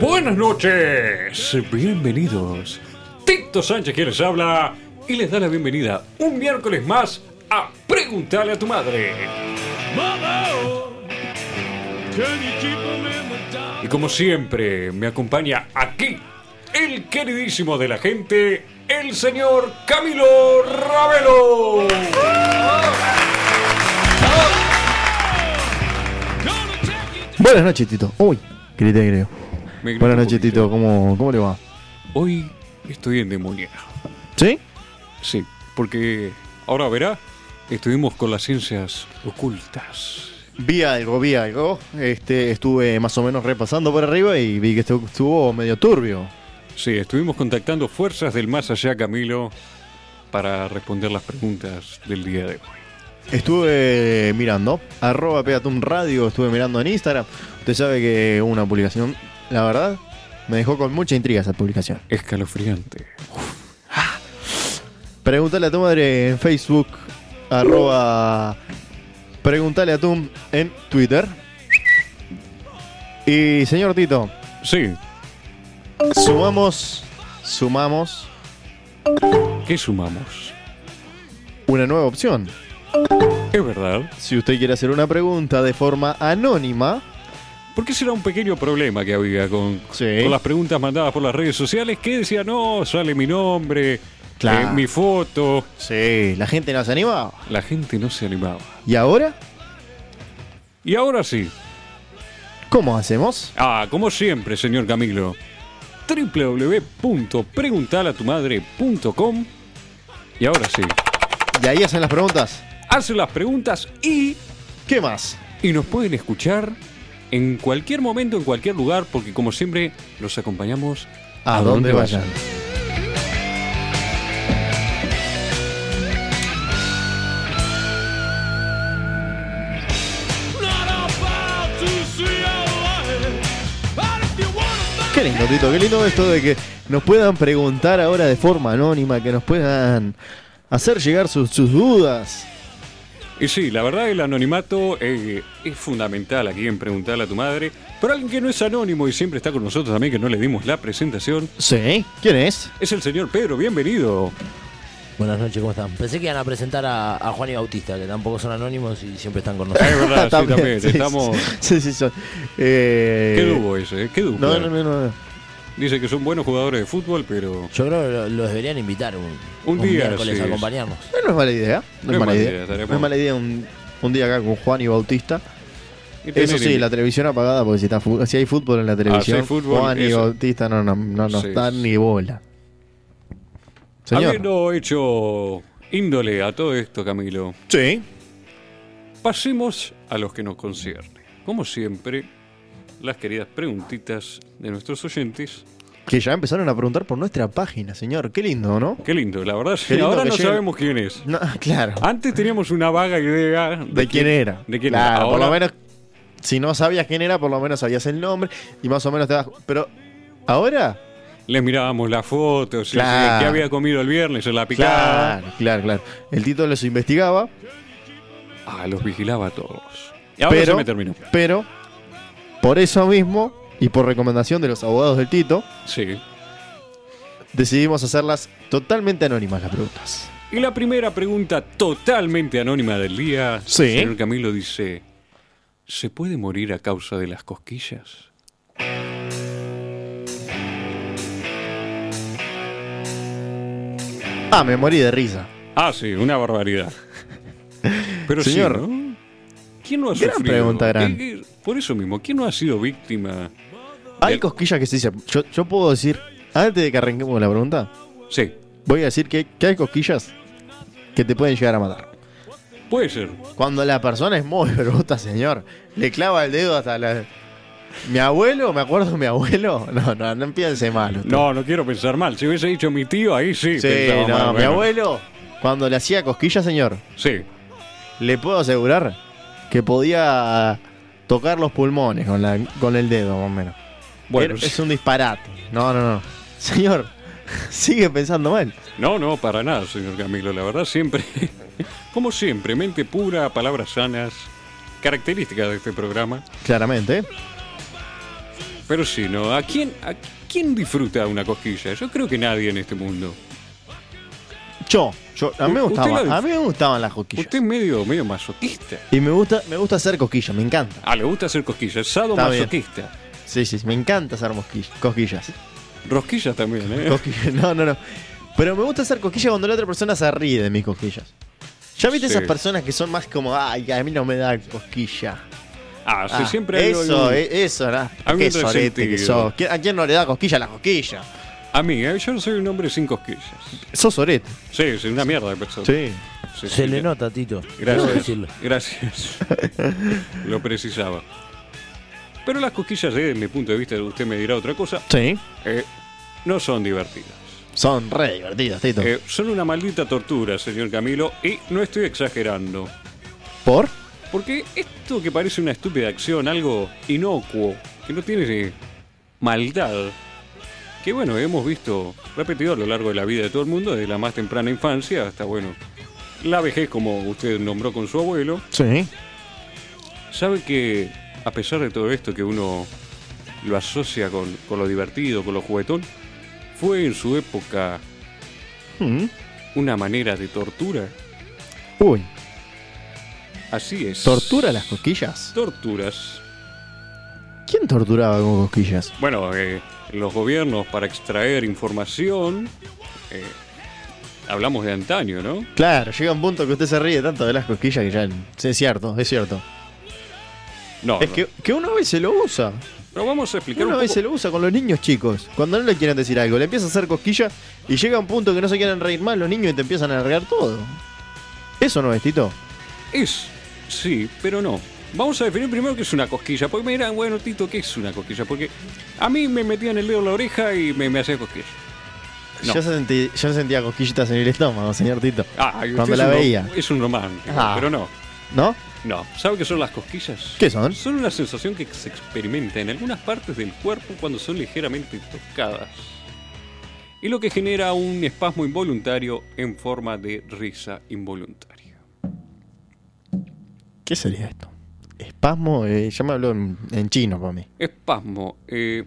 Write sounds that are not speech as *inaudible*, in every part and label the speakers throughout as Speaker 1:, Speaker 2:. Speaker 1: Buenas noches, bienvenidos. Tito Sánchez que les habla y les da la bienvenida un miércoles más a Preguntarle a tu madre. Y como siempre, me acompaña aquí el queridísimo de la gente, el señor Camilo Ravelo.
Speaker 2: Buenas noches, Tito. Uy, grité, creo.
Speaker 1: Me grité
Speaker 2: Buenas
Speaker 1: un
Speaker 2: noches,
Speaker 1: poquito.
Speaker 2: Tito. ¿Cómo, ¿Cómo le va?
Speaker 1: Hoy estoy endemoniado.
Speaker 2: ¿Sí?
Speaker 1: Sí, porque ahora verá, estuvimos con las ciencias ocultas.
Speaker 2: Vi algo, vi algo. Este, estuve más o menos repasando por arriba y vi que esto estuvo medio turbio.
Speaker 1: Sí, estuvimos contactando fuerzas del más allá, Camilo, para responder las preguntas del día de hoy.
Speaker 2: Estuve mirando, arroba Pegatum Radio, estuve mirando en Instagram. Usted sabe que hubo una publicación, la verdad, me dejó con mucha intriga esa publicación.
Speaker 1: Escalofriante.
Speaker 2: Pregúntale a tu madre en Facebook, arroba Pregúntale a tu en Twitter. Y señor Tito,
Speaker 1: Sí,
Speaker 2: Sumamos, sumamos
Speaker 1: ¿qué sumamos?
Speaker 2: una nueva opción.
Speaker 1: Es verdad.
Speaker 2: Si usted quiere hacer una pregunta de forma anónima,
Speaker 1: Porque ese era un pequeño problema que había con,
Speaker 2: Sí.
Speaker 1: con las preguntas mandadas por las redes sociales que decía, no, sale mi nombre,
Speaker 2: Claro.
Speaker 1: eh, mi foto.
Speaker 2: sí, la gente no se anima.
Speaker 1: La gente no se animaba.
Speaker 2: ¿Y ahora?
Speaker 1: Y ahora sí,
Speaker 2: ¿Cómo hacemos?
Speaker 1: Ah, como siempre, señor Camilo. www.preguntalatumadre.com Y ahora sí,
Speaker 2: Y ahí hacen las preguntas.
Speaker 1: hacen las preguntas y,
Speaker 2: ¿Qué más?
Speaker 1: y nos pueden escuchar en cualquier momento, en cualquier lugar, porque como siempre, los acompañamos
Speaker 2: ¿A, dónde vayan? Qué lindo, Tito, qué lindo esto de que nos puedan preguntar ahora de forma anónima, que nos puedan hacer llegar sus, sus dudas.
Speaker 1: Y sí, la verdad el anonimato eh, es fundamental aquí en Preguntarle a tu Madre. Pero alguien que no es anónimo y siempre está con nosotros también, que no le dimos la presentación,
Speaker 2: Sí, ¿quién es?
Speaker 1: es el señor Pedro. Bienvenido.
Speaker 3: Buenas noches, ¿cómo están? Pensé que iban a presentar a, a Juan y Bautista, que tampoco son anónimos y siempre están con
Speaker 1: Es *laughs*
Speaker 3: nosotros.
Speaker 1: verdad, Ah, sí,
Speaker 2: Ah, También,
Speaker 1: también.
Speaker 2: *laughs* sí,
Speaker 1: Estamos...
Speaker 2: Sí, sí, sí. Eh,
Speaker 1: Qué dúo ese, eh, qué dúo.
Speaker 2: No, no, no, no.
Speaker 1: Dice que son buenos jugadores de fútbol, pero
Speaker 3: Yo creo que lo- los deberían invitar un,
Speaker 1: Un día,
Speaker 3: miércoles
Speaker 1: sí.
Speaker 3: a acompañarnos.
Speaker 2: No, no es mala idea. No, es mala idea.
Speaker 1: estaremos-
Speaker 2: No es mala idea un, un día acá con Juan y Bautista. Eso sí, la televisión apagada, porque si, está fu- si hay fútbol en la televisión,
Speaker 1: Ah, si hay fútbol,
Speaker 2: Juan y
Speaker 1: eso.
Speaker 2: Bautista no nos no, nos
Speaker 1: Sí.
Speaker 2: dan ni bola. Señor.
Speaker 1: Habiendo hecho índole a todo esto, Camilo,
Speaker 2: Sí.
Speaker 1: pasemos a los que nos concierne. Como siempre, las queridas preguntitas de nuestros oyentes.
Speaker 2: Que ya empezaron a preguntar por nuestra página, señor. Qué lindo, ¿no?
Speaker 1: Qué lindo, la verdad.
Speaker 2: Qué lindo
Speaker 1: ahora
Speaker 2: que
Speaker 1: no
Speaker 2: lleguen-
Speaker 1: sabemos quién es.
Speaker 2: No, *laughs* claro.
Speaker 1: Antes teníamos una vaga idea Ah, de,
Speaker 2: ¿De quién era?
Speaker 1: De quién
Speaker 2: claro,
Speaker 1: era.
Speaker 2: por
Speaker 1: Ahora-
Speaker 2: lo menos, si no sabías quién era, por lo menos sabías el nombre y más o menos te das. Pero, ¿ahora?
Speaker 1: Les mirábamos las fotos, que
Speaker 2: Claro.
Speaker 1: había comido el viernes en la picada.
Speaker 2: Claro, claro, claro. El Tito los investigaba,
Speaker 1: Ah, los vigilaba a todos. Y ahora
Speaker 2: pero,
Speaker 1: se me terminó.
Speaker 2: pero por eso mismo y por recomendación de los abogados del Tito,
Speaker 1: Sí.
Speaker 2: decidimos hacerlas totalmente anónimas las preguntas.
Speaker 1: Y la primera pregunta totalmente anónima del día,
Speaker 2: Sí.
Speaker 1: señor Camilo dice, ¿se puede morir a causa de las cosquillas?
Speaker 2: Ah, me morí de risa.
Speaker 1: Ah, sí, una
Speaker 2: *laughs*
Speaker 1: barbaridad. Pero
Speaker 2: Señor,
Speaker 1: sí, ¿no? ¿Quién no ha
Speaker 2: gran
Speaker 1: sufrido?
Speaker 2: pregunta, gran.
Speaker 1: Eh, eh, Por eso mismo, ¿quién no ha sido víctima?
Speaker 2: Hay
Speaker 1: Del-
Speaker 2: cosquillas que se dicen. Yo, yo puedo decir, antes de que arranquemos con la pregunta,
Speaker 1: Sí,
Speaker 2: voy a decir que, que hay cosquillas que te pueden llegar a matar.
Speaker 1: puede ser.
Speaker 2: Cuando la persona es muy bruta, señor, le clava el dedo hasta la. Mi abuelo, me acuerdo de mi abuelo. No, no, no piense mal. usted.
Speaker 1: No, no quiero pensar mal. Si hubiese dicho mi tío, ahí sí.
Speaker 2: sí,
Speaker 1: pensaba
Speaker 2: no,
Speaker 1: mal,
Speaker 2: mi
Speaker 1: bueno.
Speaker 2: abuelo, cuando le hacía cosquillas, señor,
Speaker 1: Sí,
Speaker 2: le puedo asegurar que podía tocar los pulmones con, la- con el dedo, más o menos.
Speaker 1: bueno.
Speaker 2: Era- es un disparate. No, no, no. Señor, *laughs* sigue pensando mal.
Speaker 1: No, no, para nada, *laughs* señor Camilo. La verdad, siempre, como siempre, mente pura, palabras sanas, característica de este programa.
Speaker 2: Claramente. ¿eh?
Speaker 1: Pero si no, ¿a quién, ¿a quién disfruta una cosquilla? Yo creo que nadie en este mundo.
Speaker 2: Yo, yo, a mí me
Speaker 1: U- usted
Speaker 2: gustaban,
Speaker 1: la-
Speaker 2: a mí me gustaban las cosquillas.
Speaker 1: Usted es medio, medio masoquista.
Speaker 2: Y me gusta, me gusta hacer cosquillas, me encanta.
Speaker 1: Ah, le gusta hacer cosquillas. Sado
Speaker 2: Está bien.
Speaker 1: masoquista.
Speaker 2: Sí, sí, sí, me encanta hacer mosquillas,
Speaker 1: *laughs*
Speaker 2: cosquillas.
Speaker 1: Rosquillas también, ¿eh?
Speaker 2: Cosquillas, No, no, no. Pero me gusta hacer cosquillas cuando la otra persona se ríe de mis cosquillas. ¿Ya viste
Speaker 1: Sí.
Speaker 2: esas personas que son más como, ay, a mí no me da cosquilla?
Speaker 1: Ah, sí,
Speaker 2: Ah,
Speaker 1: siempre hay
Speaker 2: eso,
Speaker 1: algún-
Speaker 2: eh, eso, ¿no?
Speaker 1: algún
Speaker 2: Qué sorete que
Speaker 1: resentido.
Speaker 2: sos. ¿Qui- ¿A quién no le da cosquilla la cosquilla?
Speaker 1: A mí, ¿eh? yo soy un hombre sin cosquillas.
Speaker 2: Sos sorete.
Speaker 1: Sí, soy una mierda de persona.
Speaker 2: Sí.
Speaker 1: Sí,
Speaker 3: Se
Speaker 1: sí,
Speaker 3: le
Speaker 1: sí.
Speaker 3: nota, Tito. Debo
Speaker 1: Gracias.
Speaker 3: decirlo.
Speaker 2: *laughs*
Speaker 1: Gracias. Lo precisaba. Pero las cosquillas, eh, desde mi punto de vista, usted me dirá otra cosa,
Speaker 2: Sí.
Speaker 1: eh, no son divertidas.
Speaker 2: Son re divertidas, Tito.
Speaker 1: Eh, son una maldita tortura, señor Camilo, y no estoy exagerando.
Speaker 2: ¿Por?
Speaker 1: Porque esto que parece una estúpida acción, algo inocuo, que no tiene eh, maldad, que bueno, hemos visto repetido a lo largo de la vida de todo el mundo, desde la más temprana infancia hasta, bueno, la vejez, como usted nombró con su abuelo,
Speaker 2: Sí.
Speaker 1: sabe que a pesar de todo esto que uno lo asocia con, con lo divertido, con lo juguetón, fue en su época
Speaker 2: Mm.
Speaker 1: una manera de tortura.
Speaker 2: Uy.
Speaker 1: Así es.
Speaker 2: ¿Tortura las cosquillas?
Speaker 1: Torturas.
Speaker 2: ¿Quién torturaba con cosquillas?
Speaker 1: Bueno, eh, los gobiernos para extraer información. eh, hablamos de antaño, ¿no?
Speaker 2: Claro, llega un punto que usted se ríe tanto de las cosquillas que ya. Sí, es cierto, es cierto.
Speaker 1: No.
Speaker 2: Es
Speaker 1: no.
Speaker 2: que, que una vez se lo usa.
Speaker 1: Pero vamos a explicar
Speaker 2: Una
Speaker 1: un
Speaker 2: vez
Speaker 1: poco.
Speaker 2: se lo usa con los niños chicos. Cuando no le quieren decir algo, le empiezan a hacer cosquillas y llega un punto que no se quieren reír más los niños y te empiezan a alargar todo. Eso no es, Tito.
Speaker 1: Es. Sí, pero no. Vamos a definir primero qué es una cosquilla. Porque me dirán, bueno, Tito, ¿qué es una cosquilla? Porque a mí me metían el dedo en la oreja y me, me hacía cosquillas. No.
Speaker 2: Yo, sentí- yo sentía cosquillitas en el estómago, señor Tito.
Speaker 1: Ah, y usted
Speaker 2: Cuando
Speaker 1: es
Speaker 2: la
Speaker 1: un ro-
Speaker 2: veía.
Speaker 1: Es un romántico,
Speaker 2: Ah.
Speaker 1: pero no.
Speaker 2: ¿No?
Speaker 1: No. ¿Sabe qué son las cosquillas?
Speaker 2: ¿Qué son?
Speaker 1: Son una sensación que se experimenta en algunas partes del cuerpo cuando son ligeramente tocadas. Y lo que genera un espasmo involuntario en forma de risa involuntaria.
Speaker 2: ¿Qué sería esto? Espasmo, eh, ya me habló en, en chino para mí.
Speaker 1: Espasmo. eh,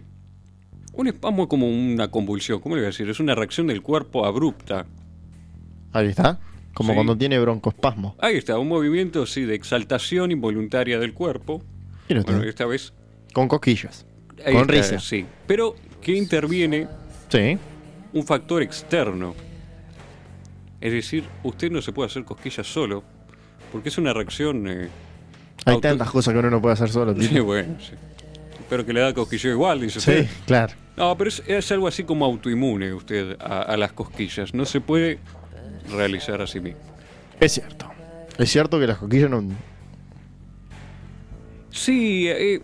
Speaker 1: un espasmo es como una convulsión, ¿cómo le voy a decir? Es una reacción del cuerpo abrupta.
Speaker 2: Ahí está. Como
Speaker 1: Sí.
Speaker 2: cuando tiene broncoespasmo.
Speaker 1: Ahí está, un movimiento sí, de exaltación involuntaria del cuerpo.
Speaker 2: Mira usted.
Speaker 1: Bueno, esta vez.
Speaker 2: Con cosquillas.
Speaker 1: ahí
Speaker 2: Mm. Con
Speaker 1: está,
Speaker 2: risa.
Speaker 1: Sí. Pero que interviene
Speaker 2: Sí.
Speaker 1: un factor externo. Es decir, usted no se puede hacer cosquillas solo, porque es una reacción... eh, *laughs*
Speaker 2: Hay
Speaker 1: Auto-
Speaker 2: tantas cosas que uno no puede hacer solo, Tito.
Speaker 1: sí, bueno, sí. Pero que le da cosquillo igual, dice
Speaker 2: Sí,
Speaker 1: usted.
Speaker 2: claro.
Speaker 1: No, pero es, es algo así como autoinmune usted a, a las cosquillas. No se puede realizar a sí mismo.
Speaker 2: Es cierto. Es cierto que las cosquillas no.
Speaker 1: Sí, eh,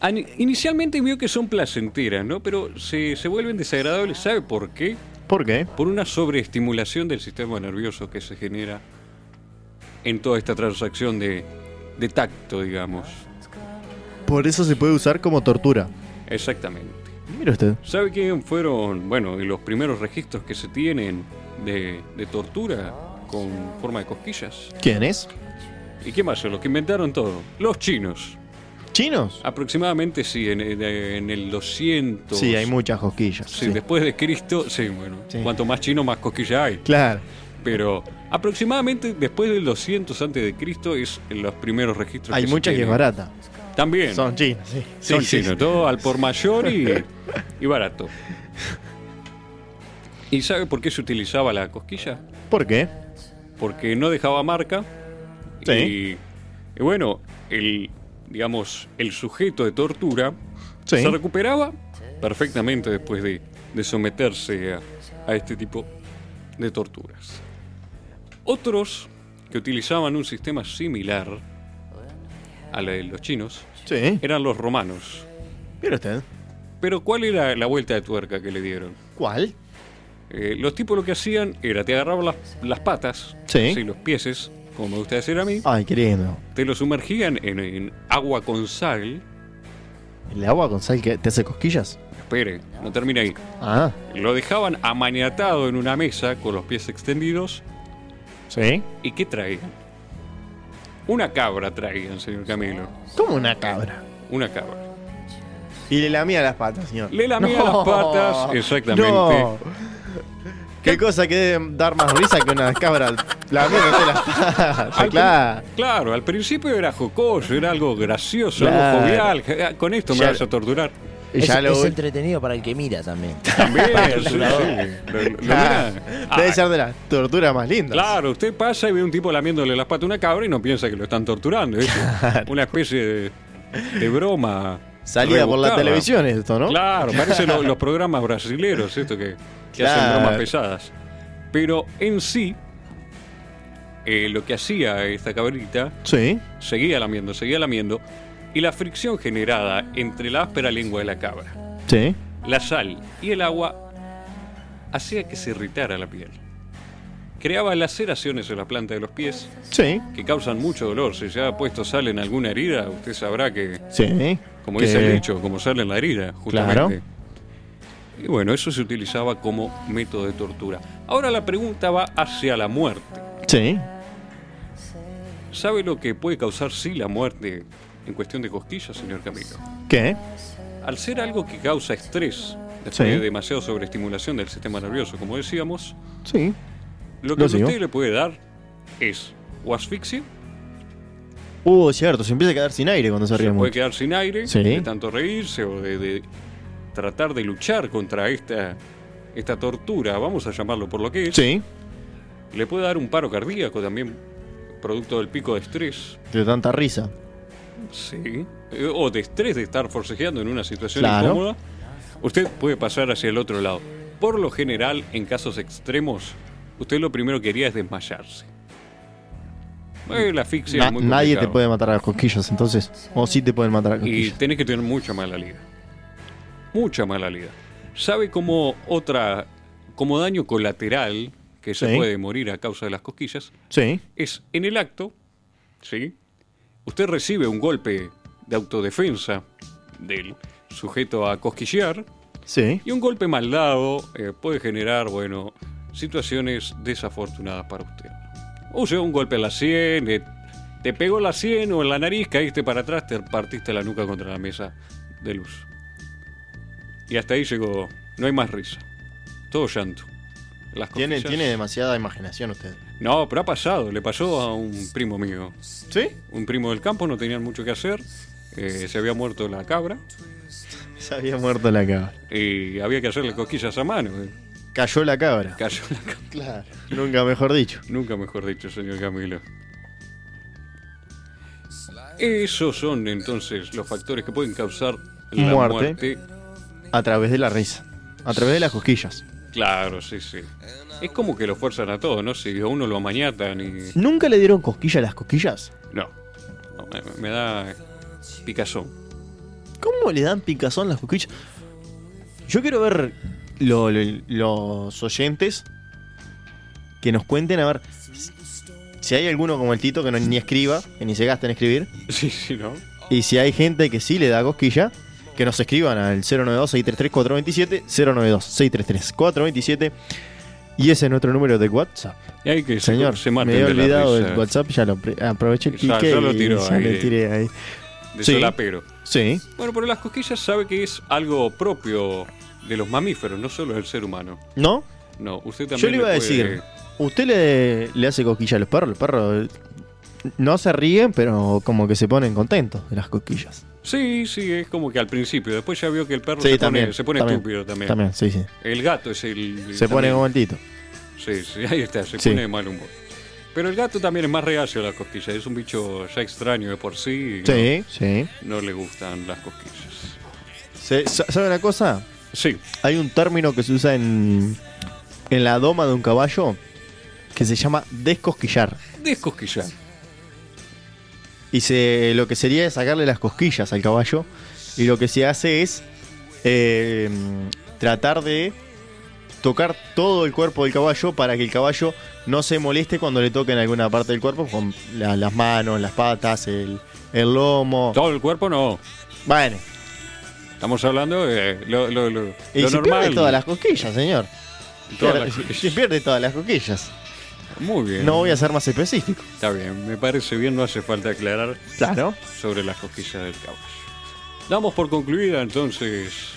Speaker 1: ani- inicialmente vio que son placenteras, ¿no? Pero se, se vuelven desagradables. ¿Sabe por qué?
Speaker 2: ¿Por qué?
Speaker 1: Por una sobreestimulación del sistema nervioso que se genera en toda esta transacción de, de tacto, digamos.
Speaker 2: Por eso se puede usar como tortura.
Speaker 1: Exactamente.
Speaker 2: Mire usted.
Speaker 1: ¿Sabe quién fueron, bueno, de los primeros registros que se tienen de, de tortura con forma de cosquillas?
Speaker 2: ¿Quién es?
Speaker 1: ¿Y qué más? Los que inventaron todo. Los chinos.
Speaker 2: ¿Chinos?
Speaker 1: Ah, Aproximadamente, sí, en, en- en el 200.
Speaker 2: Sí, hay muchas cosquillas.
Speaker 1: Sí,
Speaker 2: sí.
Speaker 1: después de Cristo, sí, bueno.
Speaker 2: Sí.
Speaker 1: Cuanto más chino, más cosquilla hay.
Speaker 2: Claro.
Speaker 1: Pero aproximadamente después del 200 antes de Cristo es en los primeros registros.
Speaker 2: Hay
Speaker 1: se
Speaker 2: muchas que es
Speaker 1: tienen.
Speaker 2: barata.
Speaker 1: También.
Speaker 2: Son chinas, sí.
Speaker 1: Son
Speaker 2: Sí, sí,
Speaker 1: chinos,
Speaker 2: sí.
Speaker 1: todo al por mayor y, y
Speaker 2: *laughs*
Speaker 1: barato. ¿Y sabe por qué se utilizaba la cosquilla?
Speaker 2: ¿Por qué?
Speaker 1: Porque no dejaba marca.
Speaker 2: Sí.
Speaker 1: Y, y bueno, el, digamos, el sujeto de tortura
Speaker 2: Sí.
Speaker 1: se recuperaba perfectamente después de, de someterse a, a este tipo de torturas. Otros que utilizaban un sistema similar a la de los chinos
Speaker 2: Sí.
Speaker 1: eran los romanos.
Speaker 2: Mire usted.
Speaker 1: Pero ¿cuál era la vuelta de tuerca que le dieron?
Speaker 2: ¿Cuál?
Speaker 1: Eh, los tipos lo que hacían era te agarraban las, las patas,
Speaker 2: Sí.
Speaker 1: los pieses, como me gusta decir a mí,
Speaker 2: Ay, querido.
Speaker 1: te los sumergían en, en agua con sal.
Speaker 2: ¿El agua con sal que te hace cosquillas?
Speaker 1: Espere, no termina ahí.
Speaker 2: Ah.
Speaker 1: Lo dejaban amaniatado en una mesa con los pies extendidos.
Speaker 2: Sí.
Speaker 1: ¿Y qué traían? Una cabra traigan, señor Camilo.
Speaker 2: Como una cabra.
Speaker 1: Una cabra.
Speaker 2: Y le lamía las patas, señor.
Speaker 1: Le lamía las patas, exactamente.
Speaker 2: No. Qué cosa que debe dar más risa que una cabra lamiéndote las
Speaker 1: *laughs*
Speaker 2: patas.
Speaker 1: Al
Speaker 2: claro.
Speaker 1: prin- claro, al principio era jocoso, era algo gracioso,
Speaker 2: Claro.
Speaker 1: algo jovial. Ja, ja, Con esto me
Speaker 2: Ya-
Speaker 1: vas a
Speaker 2: *laughs*
Speaker 1: torturar.
Speaker 3: Es,
Speaker 2: Ya lo-
Speaker 3: es entretenido para el que mira también.
Speaker 1: También, sí, sí.
Speaker 3: torturador.
Speaker 1: Lo- lo- lo
Speaker 2: Ah,
Speaker 1: mira.
Speaker 2: Debe
Speaker 1: Ah,
Speaker 2: ser de las torturas más lindas.
Speaker 1: Claro, usted pasa y ve un tipo lamiéndole las patas a una cabra y no piensa que lo están torturando. es Una especie de, de broma.
Speaker 2: Salida por la
Speaker 1: rebuscada.
Speaker 2: televisión esto, ¿no?
Speaker 1: Claro, parece
Speaker 2: *laughs*
Speaker 1: lo- los programas brasileros, esto que, que hacen
Speaker 2: Claro.
Speaker 1: bromas pesadas. Pero en sí, eh, lo que hacía esta cabrita
Speaker 2: Sí.
Speaker 1: seguía lamiendo, seguía lamiendo, y la fricción generada entre la áspera lengua de la cabra,
Speaker 2: Sí.
Speaker 1: la sal y el agua hacía que se irritara la piel. Creaba laceraciones en la planta de los pies
Speaker 2: Sí.
Speaker 1: que causan mucho dolor. Si se ha puesto sal en alguna herida, usted sabrá que,
Speaker 2: Sí.
Speaker 1: como
Speaker 2: Que-
Speaker 1: dice el dicho, como sale en la herida, justamente.
Speaker 2: Claro.
Speaker 1: Y bueno, eso se utilizaba como método de tortura. Ahora la pregunta va hacia la muerte.
Speaker 2: Sí.
Speaker 1: ¿Sabe lo que puede causar sí la muerte en cuestión de cosquillas, señor Camilo?
Speaker 2: ¿Qué?
Speaker 1: Al ser algo que causa estrés, después
Speaker 2: Sí.
Speaker 1: de demasiada sobreestimulación del sistema nervioso, como decíamos,
Speaker 2: Sí.
Speaker 1: lo que
Speaker 2: Lo
Speaker 1: a usted
Speaker 2: sigo.
Speaker 1: le puede dar es o asfixia,
Speaker 2: Uh, cierto, se empieza a quedar sin aire cuando se
Speaker 1: se
Speaker 2: ríe
Speaker 1: puede
Speaker 2: mucho.
Speaker 1: quedar sin aire,
Speaker 2: Mm. Sí.
Speaker 1: de tanto reírse o de, de tratar de luchar contra esta, esta tortura, vamos a llamarlo por lo que es.
Speaker 2: Sí.
Speaker 1: Le puede dar un paro cardíaco también, producto del pico de estrés.
Speaker 2: De tanta risa.
Speaker 1: Sí. Eh, O de estrés de estar forcejeando en una situación
Speaker 2: Claro.
Speaker 1: incómoda, usted puede pasar hacia el otro lado. Por lo general, en casos extremos, usted lo primero que haría es desmayarse. Eh, la asfixia
Speaker 2: Na-
Speaker 1: es muy
Speaker 2: nadie te
Speaker 1: complicado.
Speaker 2: puede matar a las cosquillas, entonces. O sí te pueden matar a
Speaker 1: Y
Speaker 2: cosquillas.
Speaker 1: tenés que tener mucha mala lida. Mucha mala lida. ¿Sabe cómo otra, como daño colateral que se
Speaker 2: Sí.
Speaker 1: puede morir a causa de las cosquillas?
Speaker 2: Sí.
Speaker 1: es en el acto, ¿sí? Usted recibe un golpe de autodefensa del sujeto a cosquillear
Speaker 2: Sí.
Speaker 1: y un golpe mal dado eh, puede generar, bueno, situaciones desafortunadas para usted. O sea, un golpe en la sien, eh, te pegó la sien o en la nariz, caíste para atrás, te partiste la nuca contra la mesa de luz. Y hasta ahí llegó, no hay más risa, todo llanto. Las
Speaker 2: Tiene,
Speaker 1: cosquillas-
Speaker 2: tiene demasiada imaginación usted.
Speaker 1: No, pero ha pasado, le pasó a un primo mío
Speaker 2: ¿Sí?
Speaker 1: un primo del campo, no tenían mucho que hacer. eh, se había muerto la cabra
Speaker 2: Se había muerto la cabra.
Speaker 1: y había que hacerle cosquillas a mano. eh.
Speaker 2: Cayó la cabra.
Speaker 1: Cayó la cabra.
Speaker 2: Claro. Nunca mejor dicho.
Speaker 1: *laughs* Nunca mejor dicho, señor Camilo. Esos son entonces los factores que pueden causar la muerte.
Speaker 2: Muerte. A través de la risa. A través de las cosquillas.
Speaker 1: Claro, sí, sí. Es como que lo fuerzan a todos, ¿no? Si a uno lo amañatan y.
Speaker 2: ¿Nunca le dieron cosquillas a las cosquillas?
Speaker 1: No. No, me- me da picazón. *laughs*
Speaker 2: ¿Cómo le dan picazón las cosquillas? Yo quiero ver lo- lo- los oyentes que nos cuenten, a ver si hay alguno como el Tito que no- ni escriba, que ni se gasta en escribir,
Speaker 1: Sí, sí, ¿no?
Speaker 2: y si hay gente que sí le da cosquilla, que nos escriban al 092-633-427, 092-633-427, y ese es nuestro número de WhatsApp.
Speaker 1: Y hay que se-
Speaker 2: Señor,
Speaker 1: se
Speaker 2: me
Speaker 1: maten
Speaker 2: había
Speaker 1: de la
Speaker 2: olvidado
Speaker 1: risa,
Speaker 2: el WhatsApp, ya lo pre- aproveché el
Speaker 1: Ya-
Speaker 2: pique
Speaker 1: ya lo
Speaker 2: y
Speaker 1: tiró
Speaker 2: ya
Speaker 1: ahí.
Speaker 2: lo tiré ahí.
Speaker 1: De
Speaker 2: Sí.
Speaker 1: solapero.
Speaker 2: Sí,
Speaker 1: Bueno, pero las cosquillas sabe que es algo propio de los mamíferos, no solo del ser humano.
Speaker 2: ¿no?
Speaker 1: No, usted también.
Speaker 2: Yo le iba a
Speaker 1: puede-
Speaker 2: decir, ¿usted le, le hace cosquillas a los perros? Los perros eh, no se ríen, pero como que se ponen contentos de las cosquillas.
Speaker 1: Sí, sí, es como que al principio. Después ya vio que el perro
Speaker 2: Sí,
Speaker 1: se,
Speaker 2: también,
Speaker 1: pone, se pone
Speaker 2: también,
Speaker 1: estúpido también.
Speaker 2: También, sí, sí.
Speaker 1: El gato es el.
Speaker 2: Se pone
Speaker 1: también-
Speaker 2: como el tito.
Speaker 1: Sí, sí, ahí está, se
Speaker 2: Sí.
Speaker 1: pone de mal humor. Pero el gato también es más reacio a las cosquillas. Es un bicho ya extraño de por sí. y
Speaker 2: Sí, sí.
Speaker 1: No, no le gustan las cosquillas.
Speaker 2: Se- sa- ¿Sabe una cosa?
Speaker 1: Sí,
Speaker 2: Hay un término que se usa en, en la doma de un caballo que se llama descosquillar.
Speaker 1: descosquillar.
Speaker 2: Y se, lo que sería es sacarle las cosquillas al caballo. Y lo que se hace es eh, tratar de tocar todo el cuerpo del caballo para que el caballo no se moleste cuando le toquen alguna parte del cuerpo, con la- las manos, las patas, el, el lomo.
Speaker 1: Todo el cuerpo no.
Speaker 2: Bueno,
Speaker 1: Estamos hablando de lo, lo- lo-
Speaker 2: y
Speaker 1: lo
Speaker 2: si
Speaker 1: normal.
Speaker 2: pierde todas las cosquillas, señor.
Speaker 1: Todas
Speaker 2: Pierde-
Speaker 1: las cosquillas.
Speaker 2: Si pierde todas las cosquillas.
Speaker 1: Muy bien.
Speaker 2: No voy a ser más específico.
Speaker 1: Está bien, me parece bien, no hace falta aclarar
Speaker 2: Claro.
Speaker 1: sobre las cosquillas del caballo. Damos por concluida entonces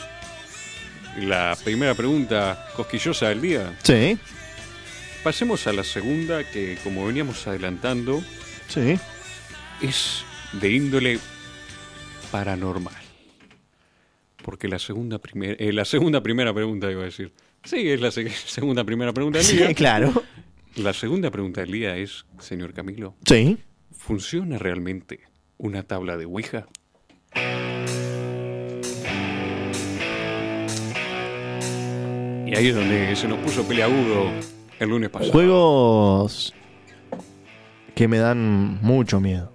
Speaker 1: la primera pregunta cosquillosa del día.
Speaker 2: Sí.
Speaker 1: Pasemos a la segunda que, como veníamos adelantando,
Speaker 2: Sí.
Speaker 1: es de índole paranormal. Porque la segunda, primer- eh, la segunda primera pregunta, iba a decir. Sí, es la se- *laughs* segunda primera pregunta del día.
Speaker 2: Sí, claro.
Speaker 1: La segunda pregunta del día es, señor Camilo,
Speaker 2: Sí.
Speaker 1: ¿funciona realmente una tabla de Ouija? Y ahí es donde se nos puso peleagudo el lunes pasado.
Speaker 2: Juegos que me dan mucho miedo.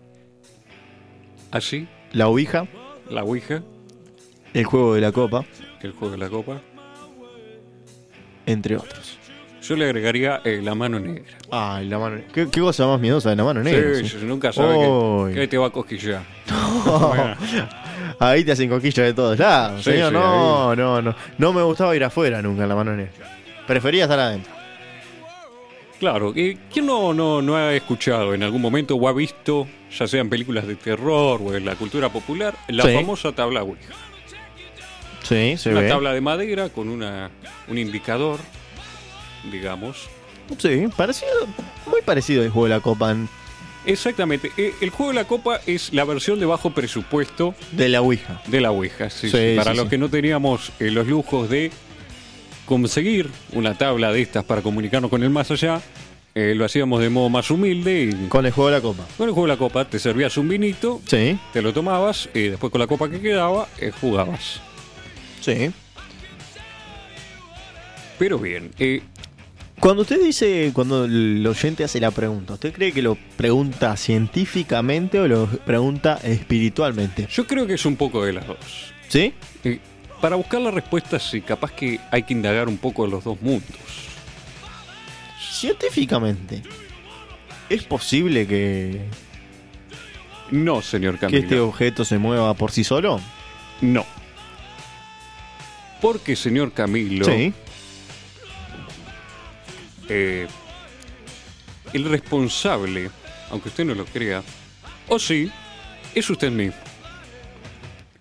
Speaker 1: Así,
Speaker 2: La Ouija,
Speaker 1: ¿Ah, la Ouija,
Speaker 2: el juego de la copa,
Speaker 1: el juego de la copa.
Speaker 2: entre otros.
Speaker 1: Yo le agregaría eh, la mano negra.
Speaker 2: Ay, Ah, la mano. ¿Qué, qué cosa más miedosa de la mano negra?
Speaker 1: Sí,
Speaker 2: sí.
Speaker 1: sí, nunca sabe que-
Speaker 2: Uy.
Speaker 1: que, te va a cosquillar.
Speaker 2: Ahí te hacen coquillas de todos lados,
Speaker 1: Sí,
Speaker 2: señor.
Speaker 1: sí,
Speaker 2: no, no, no. No me gustaba ir afuera nunca en la mano negra. Prefería estar adentro.
Speaker 1: Claro, que ¿quién no, no, no ha escuchado en algún momento o ha visto, ya sea en películas de terror o en la cultura popular, la
Speaker 2: Sí.
Speaker 1: famosa tabla Ouija?
Speaker 2: Sí, se
Speaker 1: Una
Speaker 2: ve.
Speaker 1: tabla de madera con una, un indicador, digamos.
Speaker 2: Sí, parecido, muy parecido al juego de la copa en-
Speaker 1: Exactamente. eh, El juego de la copa es la versión de bajo presupuesto
Speaker 2: de la Ouija.
Speaker 1: de la Ouija. sí,
Speaker 2: Sí,
Speaker 1: sí.
Speaker 2: sí,
Speaker 1: Para los
Speaker 2: sí.
Speaker 1: que no teníamos eh, los lujos de conseguir una tabla de estas para comunicarnos con el más allá, eh, lo hacíamos de modo más humilde. Y
Speaker 2: Con el juego de la copa.
Speaker 1: con el juego de la copa te servías un vinito,
Speaker 2: Sí,
Speaker 1: te lo tomabas y después con la copa que quedaba eh, jugabas.
Speaker 2: sí.
Speaker 1: Pero bien, eh,
Speaker 2: Cuando usted dice, cuando el oyente hace la pregunta, ¿usted cree que lo pregunta científicamente o lo pregunta espiritualmente?
Speaker 1: yo creo que es un poco de las dos.
Speaker 2: ¿Sí?
Speaker 1: Eh, para buscar la respuesta, sí, capaz que hay que indagar un poco los dos mundos.
Speaker 2: Científicamente. ¿Es posible que,
Speaker 1: No, señor
Speaker 2: que
Speaker 1: Camilo.
Speaker 2: este objeto se mueva por sí solo?
Speaker 1: No. Porque, señor Camilo,
Speaker 2: Sí.
Speaker 1: eh, el responsable, aunque usted no lo crea, o sí, es usted mismo.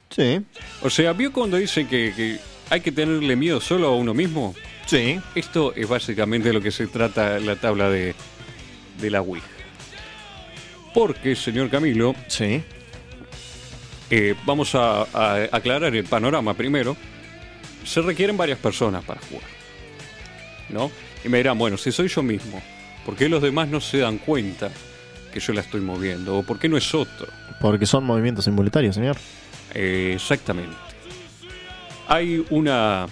Speaker 2: Sí.
Speaker 1: O sea, ¿vio cuando dicen que, que hay que tenerle miedo solo a uno mismo?
Speaker 2: Sí.
Speaker 1: Esto es básicamente de lo que se trata la tabla de, de la Ouija. Porque, señor Camilo,
Speaker 2: Sí.
Speaker 1: Eh, vamos a, a aclarar el panorama primero. Se requieren varias personas para jugar. ¿No? Y me dirán, bueno, si soy yo mismo, ¿por qué los demás no se dan cuenta que yo la estoy moviendo? ¿O por qué no es otro?
Speaker 2: Porque son movimientos involuntarios, señor.
Speaker 1: Eh, exactamente. Hay una,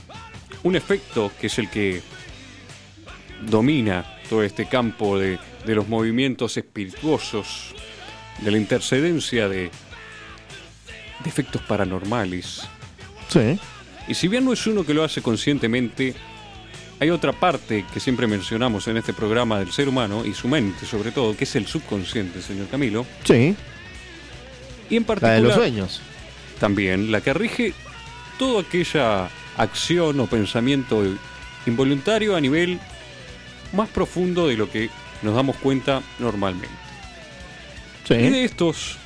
Speaker 1: un efecto que es el que domina todo este campo de, de los movimientos espirituosos, de la intercedencia de, de efectos paranormales.
Speaker 2: Sí.
Speaker 1: Y si bien no es uno que lo hace conscientemente, hay otra parte que siempre mencionamos en este programa del ser humano y su mente, sobre todo, que es el subconsciente, señor Camilo.
Speaker 2: Sí.
Speaker 1: Y en
Speaker 2: La
Speaker 1: particular,
Speaker 2: de los sueños.
Speaker 1: también la que rige toda aquella acción o pensamiento involuntario a nivel más profundo de lo que nos damos cuenta normalmente. Y de
Speaker 2: Sí.
Speaker 1: estos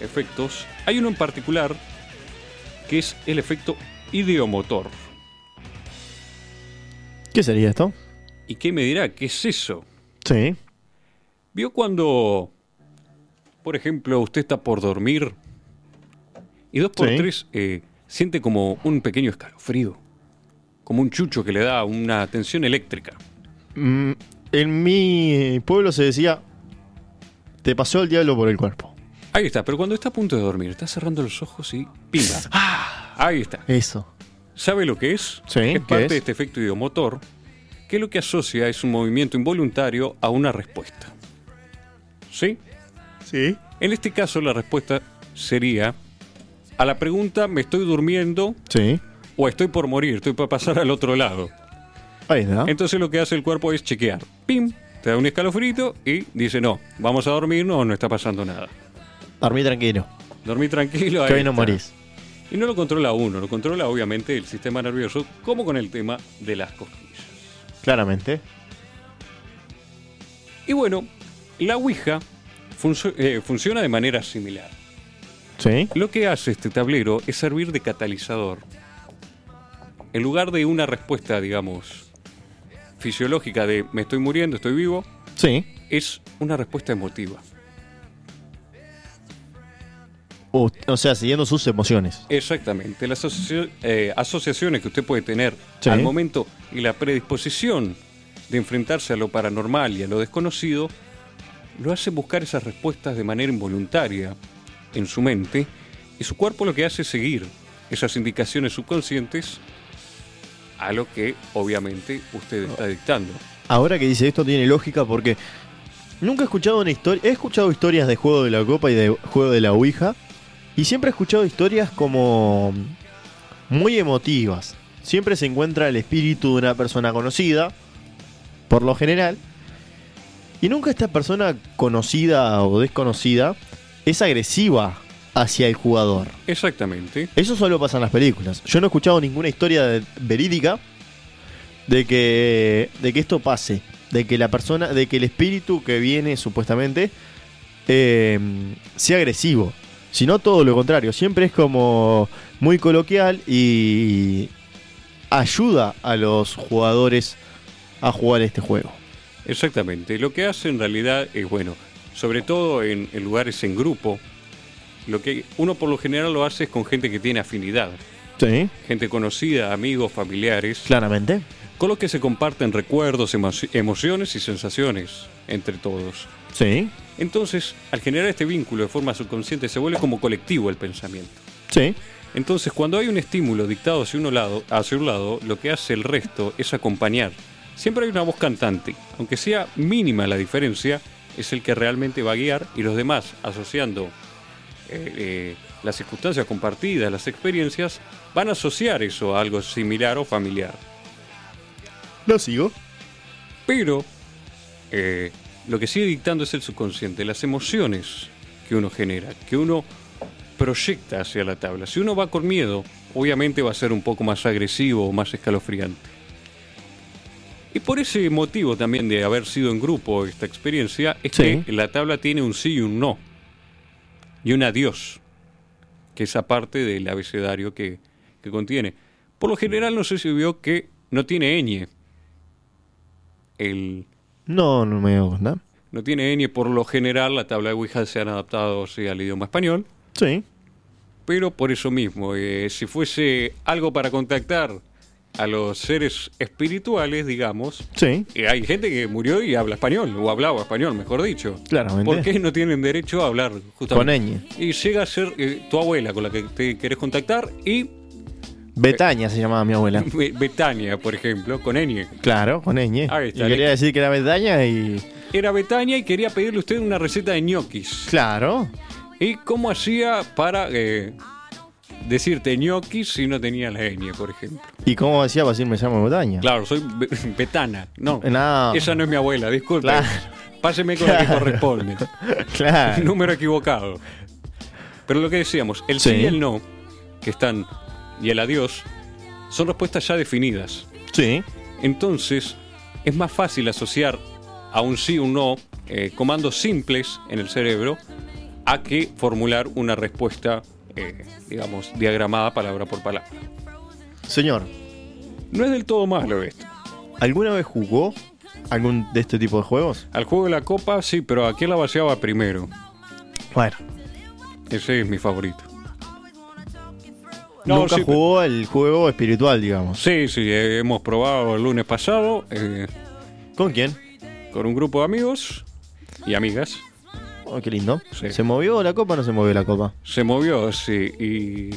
Speaker 1: efectos, hay uno en particular que es el efecto ideomotor.
Speaker 2: ¿Qué sería esto?
Speaker 1: ¿Y qué me dirá? ¿Qué es eso?
Speaker 2: Sí.
Speaker 1: ¿Vio cuando, por ejemplo, usted está por dormir y dos por
Speaker 2: Sí.
Speaker 1: tres eh, siente como un pequeño escalofrío? Como un chucho que le da una tensión eléctrica.
Speaker 2: Mm, en mi pueblo se decía, te pasó el diablo por el cuerpo.
Speaker 1: Ahí está, pero cuando está a punto de dormir, está cerrando los ojos y pinga. ¡Ah! Ahí está.
Speaker 2: Eso.
Speaker 1: ¿Sabe lo que es?
Speaker 2: Sí,
Speaker 1: es
Speaker 2: ¿qué
Speaker 1: parte
Speaker 2: es?
Speaker 1: de este efecto idiomotor que lo que asocia es un movimiento involuntario a una respuesta. ¿Sí?
Speaker 2: Sí.
Speaker 1: En este caso la respuesta sería a la pregunta ¿me estoy durmiendo
Speaker 2: Sí.
Speaker 1: o estoy por morir, estoy para pasar al otro lado?
Speaker 2: Ahí está.
Speaker 1: Entonces lo que hace el cuerpo es chequear. Pim, te da un escalofrito y dice no, vamos a dormirnos o no está pasando nada.
Speaker 2: Dormí tranquilo.
Speaker 1: Dormí tranquilo.
Speaker 2: Que
Speaker 1: ahí
Speaker 2: hoy no
Speaker 1: está.
Speaker 2: morís.
Speaker 1: Y no lo controla uno, lo controla obviamente el sistema nervioso, como con el tema de las cosquillas.
Speaker 2: Claramente.
Speaker 1: Y bueno, la Ouija funcio- eh, funciona de manera similar.
Speaker 2: Sí.
Speaker 1: Lo que hace este tablero es servir de catalizador. En lugar de una respuesta, digamos, fisiológica de me estoy muriendo, estoy vivo,
Speaker 2: Sí.
Speaker 1: es una respuesta emotiva.
Speaker 2: O, o sea, siguiendo sus emociones.
Speaker 1: Exactamente, las asoci- eh, asociaciones que usted puede tener
Speaker 2: Sí.
Speaker 1: al momento y la predisposición de enfrentarse a lo paranormal y a lo desconocido, lo hace buscar esas respuestas de manera involuntaria en su mente y su cuerpo lo que hace es seguir esas indicaciones subconscientes a lo que obviamente usted está dictando.
Speaker 2: Ahora que dice esto tiene lógica porque nunca he escuchado una historia. He escuchado historias de juego de la copa y de juego de la Ouija. Y siempre he escuchado historias como muy emotivas. Siempre se encuentra el espíritu de una persona conocida, por lo general. Y nunca esta persona conocida o desconocida es agresiva hacia el jugador.
Speaker 1: Exactamente.
Speaker 2: Eso solo pasa en las películas. Yo no he escuchado ninguna historia de- verídica de que, de que esto pase. De que la persona, de que el espíritu que viene supuestamente eh, sea agresivo. Sino todo lo contrario. Siempre es como muy coloquial y ayuda a los jugadores a jugar este juego.
Speaker 1: Exactamente. Lo que hace en realidad es bueno, sobre todo en, en lugares en grupo. Lo que uno por lo general lo hace es con gente que tiene afinidad,
Speaker 2: Sí.
Speaker 1: gente conocida, amigos, familiares,
Speaker 2: Claramente.
Speaker 1: con los que se comparten recuerdos, emo- emociones y sensaciones entre todos.
Speaker 2: Sí.
Speaker 1: Entonces, al generar este vínculo de forma subconsciente, se vuelve como colectivo el pensamiento.
Speaker 2: Sí.
Speaker 1: Entonces, cuando hay un estímulo dictado hacia, uno lado, hacia un lado, lo que hace el resto es acompañar. Siempre hay una voz cantante. Aunque sea mínima la diferencia, es el que realmente va a guiar y los demás, asociando eh, eh, las circunstancias compartidas, las experiencias, van a asociar eso a algo similar o familiar.
Speaker 2: Lo sigo.
Speaker 1: Pero eh, lo que sigue dictando es el subconsciente, las emociones que uno genera, que uno proyecta hacia la tabla. Si uno va con miedo, obviamente va a ser un poco más agresivo o más escalofriante. Y por ese motivo también de haber sido en grupo esta experiencia, es
Speaker 2: Sí.
Speaker 1: que la tabla tiene un sí y un no. Y un adiós, que es aparte del abecedario que, que contiene. Por lo general no sé si vio que no tiene ñ. El,
Speaker 2: No, no me hago contar.
Speaker 1: no tiene ñ por lo general, la tabla de Ouija se han adaptado sí, al idioma español,
Speaker 2: Sí.
Speaker 1: pero por eso mismo, eh, si fuese algo para contactar a los seres espirituales, digamos,
Speaker 2: Sí.
Speaker 1: eh, hay gente que murió y habla español, o hablaba español, mejor dicho.
Speaker 2: Claramente.
Speaker 1: ¿Por qué no tienen derecho a hablar justamente?
Speaker 2: Con
Speaker 1: ñ. Y llega a ser eh, tu abuela con la que te querés contactar y
Speaker 2: Betania se llamaba mi abuela.
Speaker 1: Be- Betania, por ejemplo, con ñ.
Speaker 2: *laughs* Claro, con ñ.
Speaker 1: Ahí
Speaker 2: Y
Speaker 1: está,
Speaker 2: quería
Speaker 1: le-
Speaker 2: decir que era Betania y.
Speaker 1: Era Betania y quería pedirle a usted una receta de ñoquis.
Speaker 2: Claro.
Speaker 1: ¿Y cómo hacía para eh, decirte ñoqui si no tenía la ñ, por ejemplo?
Speaker 2: ¿Y cómo decía para decir me llamo Betania? *laughs*
Speaker 1: Claro, soy be- *laughs* betana. No,
Speaker 2: No.
Speaker 1: esa no es mi abuela, disculpe.
Speaker 2: Claro.
Speaker 1: Páseme con la que
Speaker 2: Claro.
Speaker 1: corresponde.
Speaker 2: Claro.
Speaker 1: Número equivocado. Pero lo que decíamos, el sí.
Speaker 2: Sí.
Speaker 1: y el no, que están, y el adiós, son respuestas ya definidas.
Speaker 2: Sí.
Speaker 1: Entonces, es más fácil asociar a un sí o un no, eh, comandos simples en el cerebro, a que formular una respuesta, eh, digamos, diagramada palabra por palabra.
Speaker 2: Señor,
Speaker 1: No es del todo malo esto.
Speaker 2: ¿alguna vez jugó algún de este tipo de juegos?
Speaker 1: Al juego de la copa, sí, pero aquí la vaciaba primero.
Speaker 2: Bueno.
Speaker 1: Ese es mi favorito. No,
Speaker 2: Nunca
Speaker 1: sí,
Speaker 2: jugó el juego espiritual, digamos.
Speaker 1: Sí, sí, eh, hemos probado el lunes pasado eh,
Speaker 2: ¿Con quién?
Speaker 1: con un grupo de amigos y amigas.
Speaker 2: Oh, qué lindo.
Speaker 1: Sí.
Speaker 2: ¿Se movió la copa o no se movió la copa?
Speaker 1: Se movió, sí, y.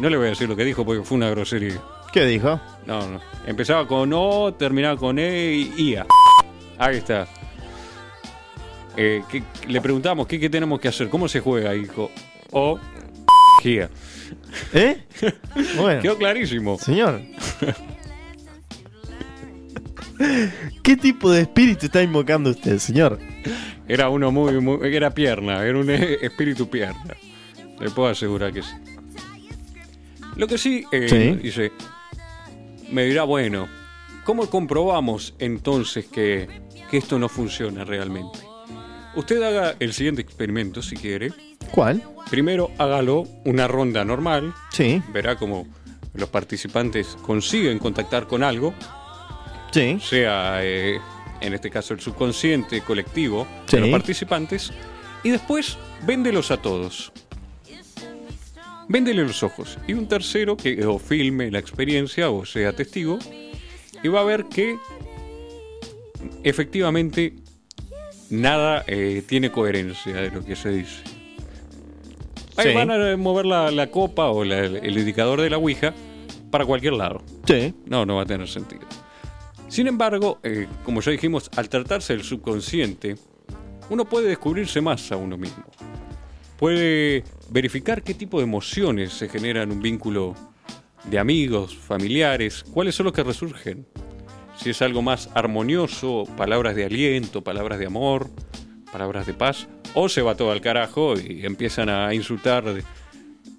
Speaker 1: No le voy a decir lo que dijo porque fue una grosería.
Speaker 2: ¿Qué dijo?
Speaker 1: No, no. Empezaba con O, terminaba con E y IA. Ahí está. Eh, ¿qué- le preguntamos ¿qué, qué tenemos que hacer, cómo se juega, hijo. O GIA.
Speaker 2: ¿Eh? *laughs* Bueno.
Speaker 1: Quedó clarísimo.
Speaker 2: Señor. *laughs* ¿Qué tipo de espíritu está invocando usted, señor?
Speaker 1: Era uno muy, muy- Era pierna, era un *laughs* eh, espíritu pierna. Le puedo asegurar que sí. Lo que sí, eh,
Speaker 2: Sí.
Speaker 1: dice. Me dirá, bueno, ¿cómo comprobamos entonces que que esto no funciona realmente. Usted haga el siguiente experimento si quiere.
Speaker 2: ¿Cuál?
Speaker 1: Primero hágalo una ronda normal,
Speaker 2: Sí,
Speaker 1: verá cómo los participantes consiguen contactar con algo,
Speaker 2: sí.
Speaker 1: sea eh, en este caso el subconsciente colectivo
Speaker 2: Sí.
Speaker 1: de los participantes, y después véndelos a todos. Véndele los ojos. Y un tercero que o filme la experiencia o sea testigo, y va a ver que efectivamente nada eh, tiene coherencia de lo que se dice. Ahí
Speaker 2: Sí.
Speaker 1: van a mover la, la copa o la- el indicador de la Ouija para cualquier lado.
Speaker 2: Sí.
Speaker 1: No, no va a tener sentido. Sin embargo, eh, como ya dijimos, al tratarse del subconsciente, uno puede descubrirse más a uno mismo. Puede verificar qué tipo de emociones se generan en un vínculo de amigos, familiares, cuáles son los que resurgen. Si es algo más armonioso, palabras de aliento, palabras de amor, palabras de paz, o se va todo al carajo y empiezan a insultar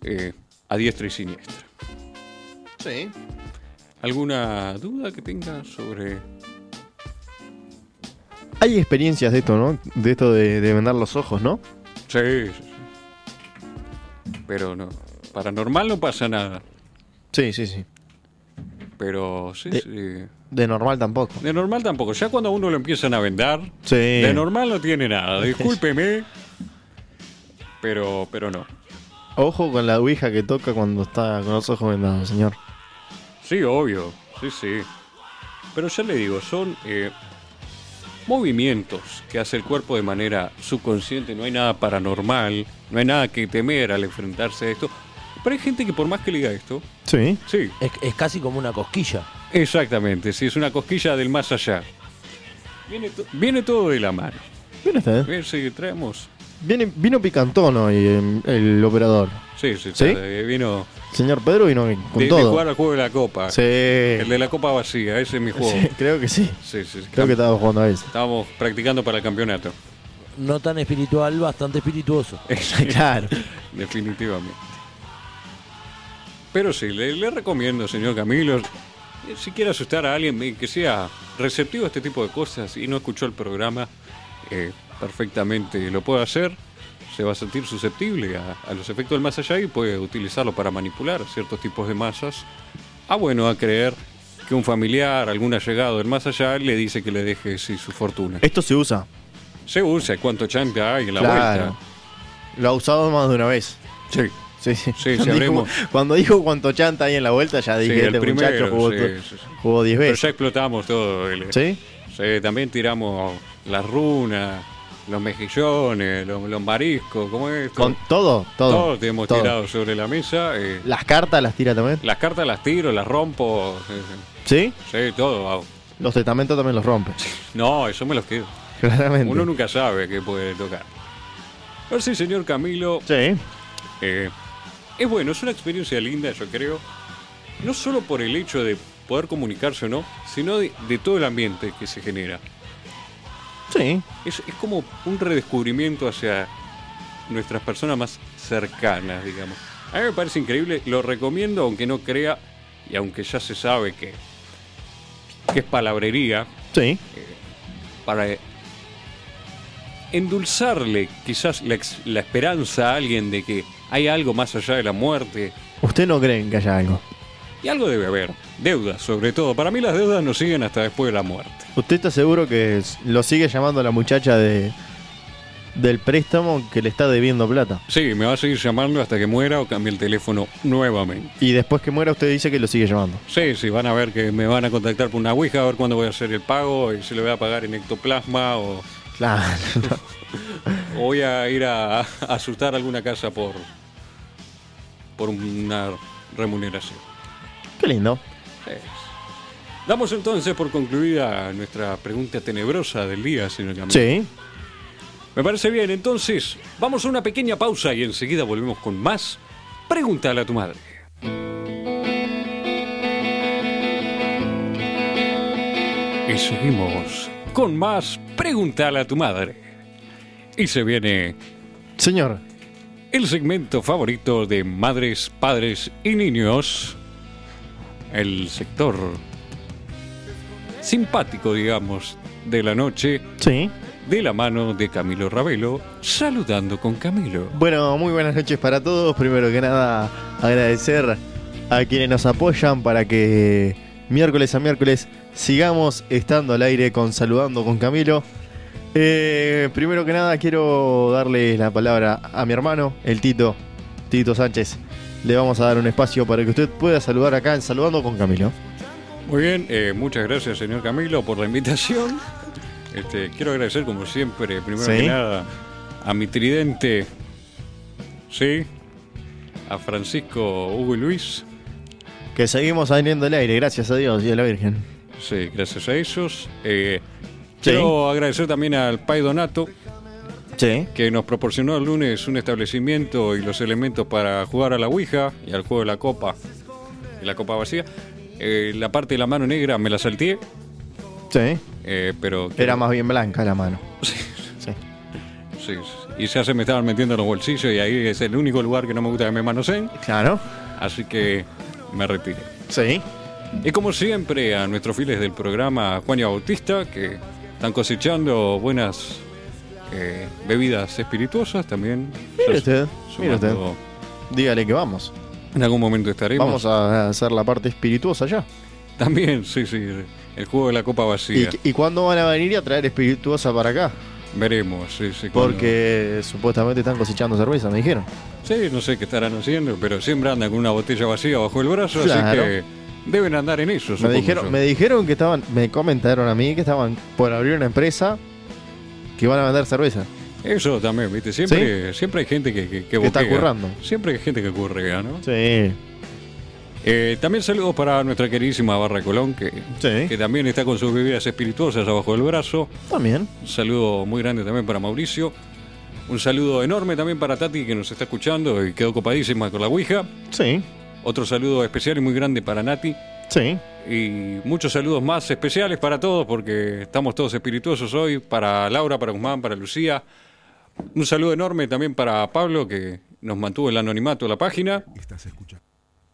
Speaker 1: eh, a diestra y siniestra.
Speaker 2: Sí.
Speaker 1: ¿Alguna duda que tenga sobre.?
Speaker 2: Hay experiencias de esto, ¿no? De esto de, de vendar los ojos, ¿no?
Speaker 1: Sí, sí, sí. Pero no. Paranormal no pasa nada.
Speaker 2: Sí, sí, sí.
Speaker 1: Pero sí,
Speaker 2: De-
Speaker 1: sí.
Speaker 2: De normal tampoco.
Speaker 1: De normal tampoco. Ya cuando a uno lo empiezan a vendar,
Speaker 2: Sí.
Speaker 1: de normal no tiene nada. Discúlpeme. Pero, pero no.
Speaker 2: Ojo con la ouija que toca cuando está con los ojos vendados, señor.
Speaker 1: Sí, obvio. Sí, sí. Pero ya le digo, son eh, movimientos que hace el cuerpo de manera subconsciente. No hay nada paranormal, no hay nada que temer al enfrentarse a esto. Pero hay gente que por más que le diga esto,
Speaker 2: Sí.
Speaker 1: sí,
Speaker 3: Es, es casi como una cosquilla.
Speaker 1: exactamente, sí, es una cosquilla del más allá. Viene, to- viene todo de la mano.
Speaker 2: Viene usted. ¿eh?
Speaker 1: Bien, sí, traemos.
Speaker 2: Viene, vino picantón hoy eh, el operador.
Speaker 1: Sí, sí,
Speaker 2: ¿Sí?
Speaker 1: eh, vino
Speaker 2: Señor Pedro vino con
Speaker 1: de, de
Speaker 2: todo.
Speaker 1: jugar al juego de la copa.
Speaker 2: sí.
Speaker 1: El de la copa vacía, ese es mi juego.
Speaker 2: Sí, *laughs* Creo que sí.
Speaker 1: Sí, sí, sí.
Speaker 2: Creo que estaba jugando a ese.
Speaker 1: *laughs* Estábamos practicando para el campeonato. *laughs*
Speaker 3: No tan espiritual, bastante espirituoso.
Speaker 2: *laughs* claro.
Speaker 1: *laughs* Definitivamente. Pero sí, le, le recomiendo, señor Camilo, eh, si quiere asustar a alguien eh, que sea receptivo a este tipo de cosas y no escuchó el programa, eh, perfectamente lo puede hacer. Se va a sentir susceptible a, a los efectos del más allá y puede utilizarlo para manipular a ciertos tipos de masas. Ah, bueno, a creer que un familiar, algún allegado del más allá, le dice que le deje sí, su fortuna.
Speaker 2: Esto se usa.
Speaker 1: Se usa cuánto champa hay en la
Speaker 2: claro. Lo ha usado más de una vez.
Speaker 1: vuelta. Sí.
Speaker 2: Sí, sí.
Speaker 1: Sí,
Speaker 2: Cuando
Speaker 1: sí,
Speaker 2: *laughs* dijo-
Speaker 1: habremos-
Speaker 2: cuando dijo cuánto chanta ahí en la vuelta, ya dije,
Speaker 1: el
Speaker 2: este muchacho
Speaker 1: primero,
Speaker 2: jugó,
Speaker 1: sí,
Speaker 2: to-
Speaker 1: sí, sí.
Speaker 2: jugó 10
Speaker 1: Pero
Speaker 2: veces.
Speaker 1: ya explotamos todo. el-
Speaker 2: ¿Sí?
Speaker 1: Sí, también tiramos las runas, los mejillones, los, los mariscos, ¿cómo es esto?
Speaker 2: Con todo, todo.
Speaker 1: Todos te hemos
Speaker 2: todo.
Speaker 1: tirado sobre la mesa. eh,
Speaker 2: Las cartas las tira también.
Speaker 1: las cartas las tiro, las rompo. eh,
Speaker 2: ¿Sí?
Speaker 1: sí, todo. hago.
Speaker 2: Los testamentos también los rompe.
Speaker 1: No, eso me los quedo.
Speaker 2: *laughs* Claramente.
Speaker 1: Uno nunca sabe qué puede tocar. Pero sí, señor Camilo,
Speaker 2: Sí.
Speaker 1: Eh, es bueno, es una experiencia linda, yo creo. No solo por el hecho de poder comunicarse o no, sino de, de todo el ambiente que se genera.
Speaker 2: Sí.
Speaker 1: Es, es como un redescubrimiento hacia nuestras personas más cercanas, digamos. A mí me parece increíble, lo recomiendo aunque no crea y aunque ya se sabe que, que es palabrería,
Speaker 2: Sí.
Speaker 1: para eh, endulzarle quizás la, ex- la esperanza a alguien de que hay algo más allá de la muerte,
Speaker 2: Usted no creen que haya algo.
Speaker 1: Y algo debe haber. Deudas, sobre todo. Para mí las deudas nos siguen hasta después de la muerte.
Speaker 2: ¿Usted está seguro que s- lo sigue llamando la muchacha de del préstamo que le está debiendo plata?
Speaker 1: Sí, me va a seguir llamando hasta que muera o cambie el teléfono nuevamente.
Speaker 2: Y después que muera usted dice que lo sigue llamando.
Speaker 1: Sí, sí, van a ver que me van a contactar por una Ouija, a ver cuándo voy a hacer el pago, y si le voy a pagar en ectoplasma o,
Speaker 2: Claro. *laughs*
Speaker 1: o voy a ir a, *laughs* a asustar alguna casa por, por una remuneración.
Speaker 2: Qué lindo.
Speaker 1: Sí. Damos entonces por concluida nuestra pregunta tenebrosa del día, señor Camilo.
Speaker 2: Sí.
Speaker 1: Me parece bien, entonces vamos a una pequeña pausa y enseguida volvemos con más. Pregúntale a tu madre. Y seguimos con más Pregúntale a tu madre. Y se viene
Speaker 2: Señor.
Speaker 1: el segmento favorito de madres, padres y niños. El sector simpático, digamos, de la noche,
Speaker 2: Sí.
Speaker 1: de la mano de Camilo Ravelo, saludando con Camilo.
Speaker 2: Bueno, muy buenas noches para todos. Primero que nada, agradecer a quienes nos apoyan para que miércoles a miércoles sigamos estando al aire con Saludando con Camilo. Eh, primero que nada, quiero darle la palabra a mi hermano, el Tito, Tito Sánchez. Le vamos a dar un espacio para que usted pueda saludar acá en Saludando con Camilo.
Speaker 1: Muy bien, eh, muchas gracias señor Camilo por la invitación. Este, quiero agradecer como siempre, primero
Speaker 2: Sí.
Speaker 1: que nada, a mi tridente, sí, a Francisco, Hugo y Luis,
Speaker 2: Que seguimos saliendo al aire, gracias a Dios y a la Virgen.
Speaker 1: sí, gracias a ellos. Eh,
Speaker 2: Sí.
Speaker 1: Quiero agradecer también al Pai Donato,
Speaker 2: Sí.
Speaker 1: que nos proporcionó el lunes un establecimiento y los elementos para jugar a la Ouija y al juego de la copa, y la copa vacía. Eh, la parte de la mano negra me la salté,
Speaker 2: Sí.
Speaker 1: eh, pero... *laughs*
Speaker 2: Era más bien blanca la mano. Sí.
Speaker 1: Sí, sí. y ya se me estaban metiendo en los bolsillos y ahí es el único lugar que no me gusta que me manoseen,
Speaker 2: Claro.
Speaker 1: así que me retiré.
Speaker 2: Sí.
Speaker 1: Y como siempre, a nuestros fieles del programa, Juan y Bautista, que están cosechando buenas eh, bebidas espirituosas también.
Speaker 2: Mire
Speaker 1: Ya
Speaker 2: usted,
Speaker 1: sumando-
Speaker 2: mire usted. Dígale que vamos.
Speaker 1: En algún momento estaremos.
Speaker 2: Vamos a hacer la parte espirituosa ya.
Speaker 1: También, sí, sí, el juego de la copa vacía.
Speaker 2: ¿Y, y cuándo van a venir a traer espirituosa para acá?
Speaker 1: Veremos, sí, sí. cuando-
Speaker 2: Porque supuestamente están cosechando cerveza, me dijeron.
Speaker 1: Sí, no sé qué estarán haciendo, pero siempre andan con una botella vacía bajo el brazo, así
Speaker 2: Claro.
Speaker 1: que deben andar en eso.
Speaker 2: Me
Speaker 1: supongo yo.
Speaker 2: dijeron, me dijeron que estaban, me comentaron a mí que estaban por abrir una empresa que van a vender cerveza.
Speaker 1: Eso también, ¿viste? Siempre, siempre hay gente que, que, que
Speaker 2: está
Speaker 1: boquea.
Speaker 2: currando.
Speaker 1: Siempre hay gente que currea, ¿no?
Speaker 2: Sí,
Speaker 1: Eh, también saludos para nuestra queridísima Barra Colón, que,
Speaker 2: sí.
Speaker 1: que también está con sus bebidas espirituosas abajo del brazo.
Speaker 2: También.
Speaker 1: Un saludo muy grande también para Mauricio. Un saludo enorme también para Tati, que nos está escuchando y quedó copadísima con la Ouija.
Speaker 2: Sí,
Speaker 1: Otro saludo especial y muy grande para Nati.
Speaker 2: sí.
Speaker 1: Y muchos saludos más especiales para todos, porque estamos todos espirituosos hoy. Para Laura, para Guzmán, para Lucía. Un saludo enorme también para Pablo, que nos mantuvo el anonimato de la página.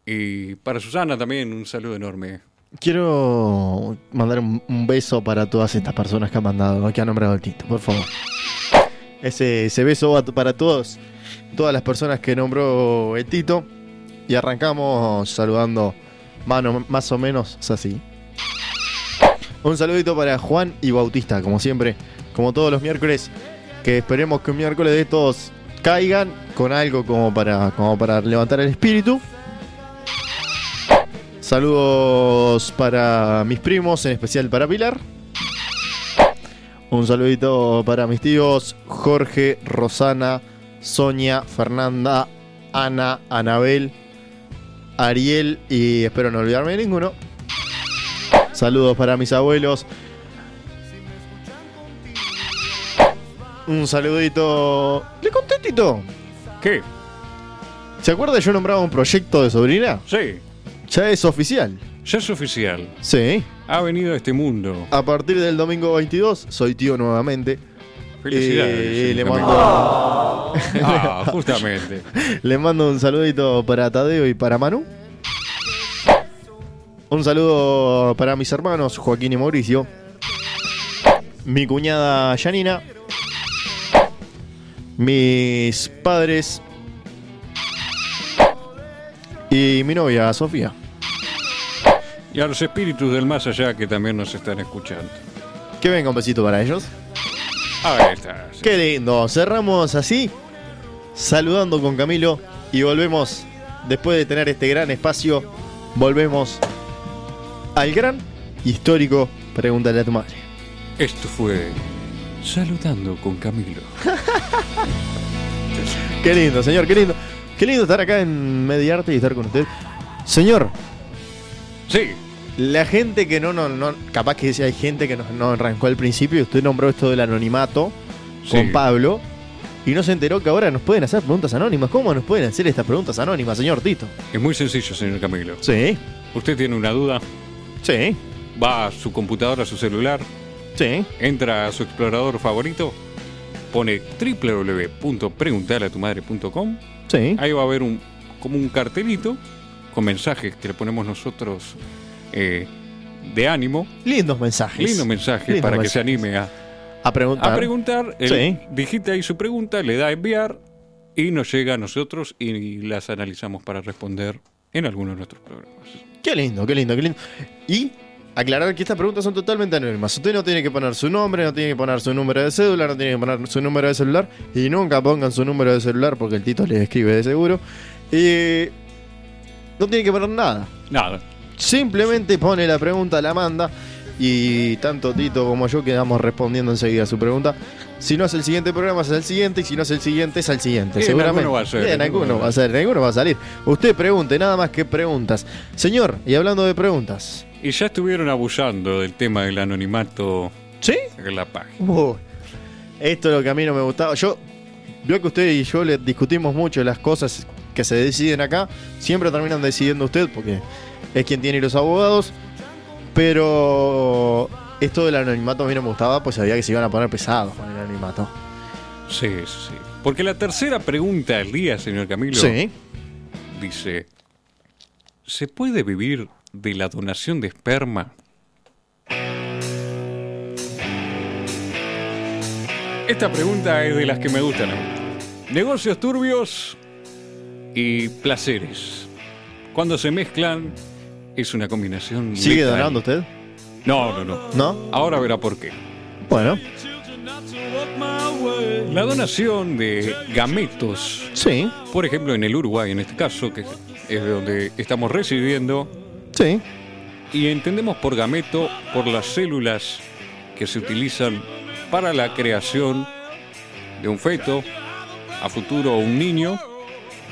Speaker 1: Y para Susana también un saludo enorme.
Speaker 2: Quiero mandar un, un beso para todas estas personas que han mandado, que han nombrado el Tito, por favor. Ese, ese beso va para todos, todas las personas que nombró el Tito. Y arrancamos saludando mano, más o menos es así. Un saludito para Juan y Bautista, como siempre, como todos los miércoles. Que esperemos que un miércoles de estos caigan con algo como para, como para levantar el espíritu. Saludos para mis primos, en especial para Pilar. Un saludito para mis tíos Jorge, Rosana, Sonia, Fernanda, Ana, Anabel, Ariel y espero no olvidarme de ninguno. Saludos para mis abuelos. Un saludito. Le conté, Tito.
Speaker 1: ¿Qué?
Speaker 2: ¿Se acuerda que yo nombraba un proyecto de sobrina?
Speaker 1: Sí,
Speaker 2: Ya es oficial.
Speaker 1: ya es oficial.
Speaker 2: Sí.
Speaker 1: Ha venido a este mundo.
Speaker 2: A partir del domingo 22, soy tío nuevamente.
Speaker 1: Felicidades.
Speaker 2: Y Eh, le
Speaker 1: Camilo.
Speaker 2: mando,
Speaker 1: Ah, justamente.
Speaker 2: le mando un saludito para Tadeo y para Manu. Un saludo para mis hermanos Joaquín y Mauricio. Mi cuñada Janina. Mis padres. Y mi novia Sofía.
Speaker 1: Y a los espíritus del más allá que también nos están escuchando.
Speaker 2: Que venga un besito para ellos.
Speaker 1: Ahí está. sí.
Speaker 2: Qué lindo. Cerramos así, saludando con Camilo y volvemos, después de tener este gran espacio, volvemos al gran histórico Pregúntale a tu madre.
Speaker 1: Esto fue Saludando con Camilo.
Speaker 2: Qué lindo, señor, qué lindo. Qué lindo estar acá en Mediarte y estar con usted. Señor,
Speaker 1: Sí,
Speaker 2: la gente que no, no, no capaz que hay gente que no, no arrancó al principio y usted nombró esto del anonimato
Speaker 1: Sí.
Speaker 2: con Pablo. Y no se enteró que ahora nos pueden hacer preguntas anónimas. ¿Cómo nos pueden hacer estas preguntas anónimas, señor Tito?
Speaker 1: es muy sencillo, señor Camilo.
Speaker 2: Sí,
Speaker 1: Usted tiene una duda,
Speaker 2: sí,
Speaker 1: va a su computadora, a su celular,
Speaker 2: sí.
Speaker 1: entra a su explorador favorito, pone www.preguntaleatumadre.com
Speaker 2: Sí.
Speaker 1: Ahí va a haber un, como un cartelito con mensajes que le ponemos nosotros eh, de ánimo.
Speaker 2: Lindos mensajes.
Speaker 1: Lindo mensaje
Speaker 2: Lindos
Speaker 1: para que se
Speaker 2: mensajes.
Speaker 1: anime a,
Speaker 2: A preguntar.
Speaker 1: a preguntar. Él
Speaker 2: Sí.
Speaker 1: Digita ahí su pregunta, le da a enviar y nos llega a nosotros y las analizamos para responder en alguno de nuestros programas.
Speaker 2: Qué lindo, qué lindo, qué lindo. Y aclarar que estas preguntas son totalmente anónimas. Usted no tiene que poner su nombre, no tiene que poner su número de cédula, no tiene que poner su número de celular. Y nunca pongan su número de celular porque el Tito les escribe de seguro. Y no tiene que poner nada.
Speaker 1: Nada.
Speaker 2: Simplemente pone la pregunta, la manda. Y tanto Tito como yo quedamos respondiendo enseguida a su pregunta. Si no es el siguiente programa, es el siguiente. Y si no es el siguiente, es el siguiente.
Speaker 1: Y en
Speaker 2: Seguramente.
Speaker 1: alguno va a ser,
Speaker 2: Y en alguno va a ser, en alguno va a salir. Usted pregunte, nada más que preguntas. Señor, y hablando de preguntas.
Speaker 1: Y ya estuvieron abusando del tema del anonimato
Speaker 2: ¿Sí?
Speaker 1: en la página.
Speaker 2: esto es lo que a mí no me gustaba. Yo, veo que usted y yo le discutimos mucho las cosas que se deciden acá. Siempre terminan decidiendo usted porque es quien tiene los abogados. Pero esto del anonimato a mí no me gustaba, pues sabía que se iban a poner pesados con el anonimato.
Speaker 1: Sí, sí. Porque la tercera pregunta del día, señor Camilo,
Speaker 2: Sí.
Speaker 1: dice: ¿Se puede vivir de la donación de esperma? Esta pregunta es de las que me gustan. a mí. Negocios turbios y placeres. Cuando se mezclan, es una combinación.
Speaker 2: ¿Sigue
Speaker 1: letal.
Speaker 2: donando usted?
Speaker 1: No, no, no.
Speaker 2: ¿No?
Speaker 1: Ahora verá por qué.
Speaker 2: Bueno,
Speaker 1: La donación de gametos
Speaker 2: sí,
Speaker 1: por ejemplo, en el Uruguay, en este caso, que es de donde estamos residiendo,
Speaker 2: sí.
Speaker 1: y entendemos por gameto por las células que se utilizan para la creación de un feto, a futuro un niño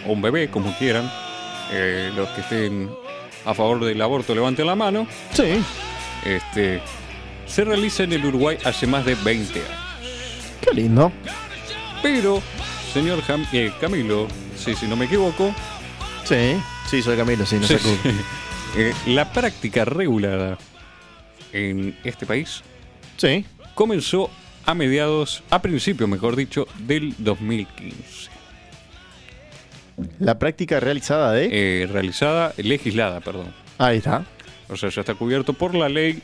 Speaker 1: o un bebé, como quieran. Eh, los que estén a favor del aborto levanten la mano.
Speaker 2: Sí.
Speaker 1: Este, se realiza en el Uruguay hace más de 20 años.
Speaker 2: Qué lindo.
Speaker 1: Pero, señor Jam- eh, Camilo, sí, si no me equivoco,
Speaker 2: Sí. Sí, soy Camilo, sí, no
Speaker 1: Sí,
Speaker 2: se ocupe.
Speaker 1: sí. Eh, la práctica regulada en este país
Speaker 2: Sí.
Speaker 1: comenzó a mediados, a principios, mejor dicho, del 2015.
Speaker 2: La práctica realizada de...
Speaker 1: Eh, realizada, legislada, perdón.
Speaker 2: Ahí está.
Speaker 1: O sea, ya está cubierto por la ley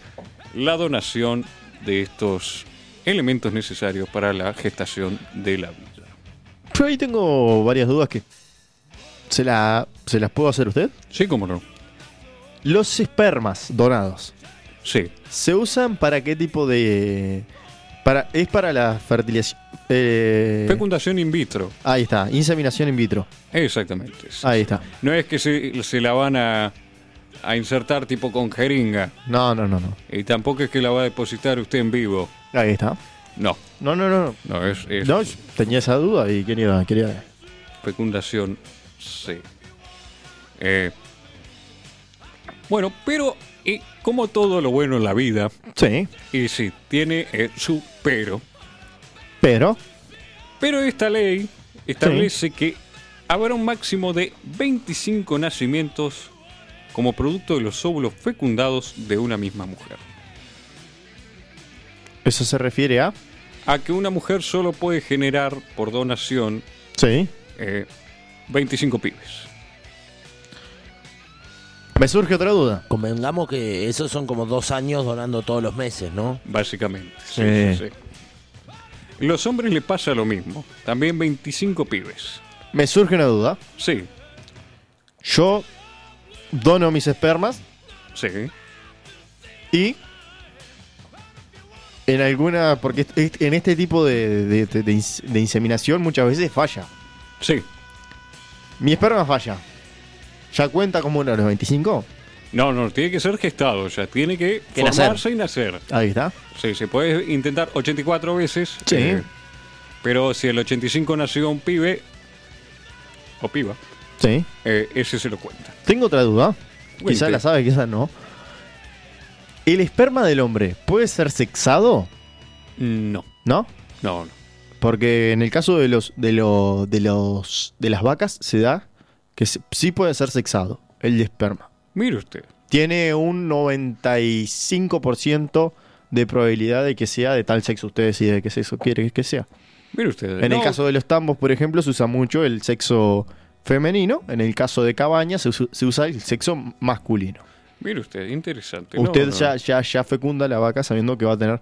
Speaker 1: la donación de estos elementos necesarios para la gestación de la vida.
Speaker 2: Yo ahí tengo varias dudas que. ¿Se, la, ¿Se las puedo hacer usted?
Speaker 1: Sí, cómo no.
Speaker 2: Los espermas donados.
Speaker 1: Sí.
Speaker 2: ¿Se usan para qué tipo de.? Para, es para la fertilización. eh,
Speaker 1: Fecundación in vitro.
Speaker 2: ahí está, inseminación in vitro.
Speaker 1: Exactamente.
Speaker 2: Ahí está.
Speaker 1: No es que se, se la van a, a insertar tipo con jeringa.
Speaker 2: No, no, no, no.
Speaker 1: Y tampoco es que la va a depositar usted en vivo.
Speaker 2: Ahí está.
Speaker 1: No,
Speaker 2: No, no, no. no.
Speaker 1: no, es, es
Speaker 2: No, yo tenía esa duda y quería. quería
Speaker 1: fecundación sí. Eh, bueno, pero eh, como todo lo bueno en la vida,
Speaker 2: sí,
Speaker 1: y sí, tiene eh, su pero,
Speaker 2: pero.
Speaker 1: pero esta ley establece que habrá un máximo de 25 nacimientos como producto de los óvulos fecundados de una misma mujer.
Speaker 2: ¿Eso se refiere a.?
Speaker 1: A que una mujer solo puede generar por donación
Speaker 2: Sí.
Speaker 1: eh, 25 pibes.
Speaker 2: Me surge otra duda.
Speaker 3: Convengamos que esos son como dos años donando todos los meses, ¿no?
Speaker 1: Básicamente. Sí,
Speaker 2: Sí.
Speaker 1: sí, sí. Los hombres les pasa lo mismo. También 25 pibes.
Speaker 2: Me surge una duda.
Speaker 1: Sí,
Speaker 2: Yo dono mis espermas
Speaker 1: sí.
Speaker 2: Y en alguna, porque est- est- en este tipo de, de- de- de ins- de inseminación muchas veces falla.
Speaker 1: Sí.
Speaker 2: Mi esperma falla. ¿Ya cuenta como uno de los 25?
Speaker 1: No, no, tiene que ser gestado. ya tiene que,
Speaker 2: Que nacer.
Speaker 1: formarse y nacer.
Speaker 2: Ahí está.
Speaker 1: Sí, se puede intentar 84 veces. eh,
Speaker 2: Sí.
Speaker 1: pero si el 85 nació un pibe o piba,
Speaker 2: Sí.
Speaker 1: eh, ese se lo cuenta.
Speaker 2: Tengo otra duda.
Speaker 1: Cuente.
Speaker 2: Quizás la sabe, quizás no. ¿El esperma del hombre puede ser sexado?
Speaker 1: No,
Speaker 2: ¿No?
Speaker 1: no, no.
Speaker 2: Porque en el caso de los de los de los de las vacas se da que se- sí puede ser sexado el esperma.
Speaker 1: Mire usted.
Speaker 2: tiene un 95% de probabilidad de que sea de tal sexo usted decide de qué sexo quiere que sea.
Speaker 1: Mire usted.
Speaker 2: En el
Speaker 1: No,
Speaker 2: caso de los tambos, por ejemplo, se usa mucho el sexo femenino. En el caso de cabaña, se, usa- se usa el sexo masculino.
Speaker 1: Mire usted, interesante. No,
Speaker 2: Usted
Speaker 1: no.
Speaker 2: Ya, ya, ya fecunda la vaca sabiendo que va a tener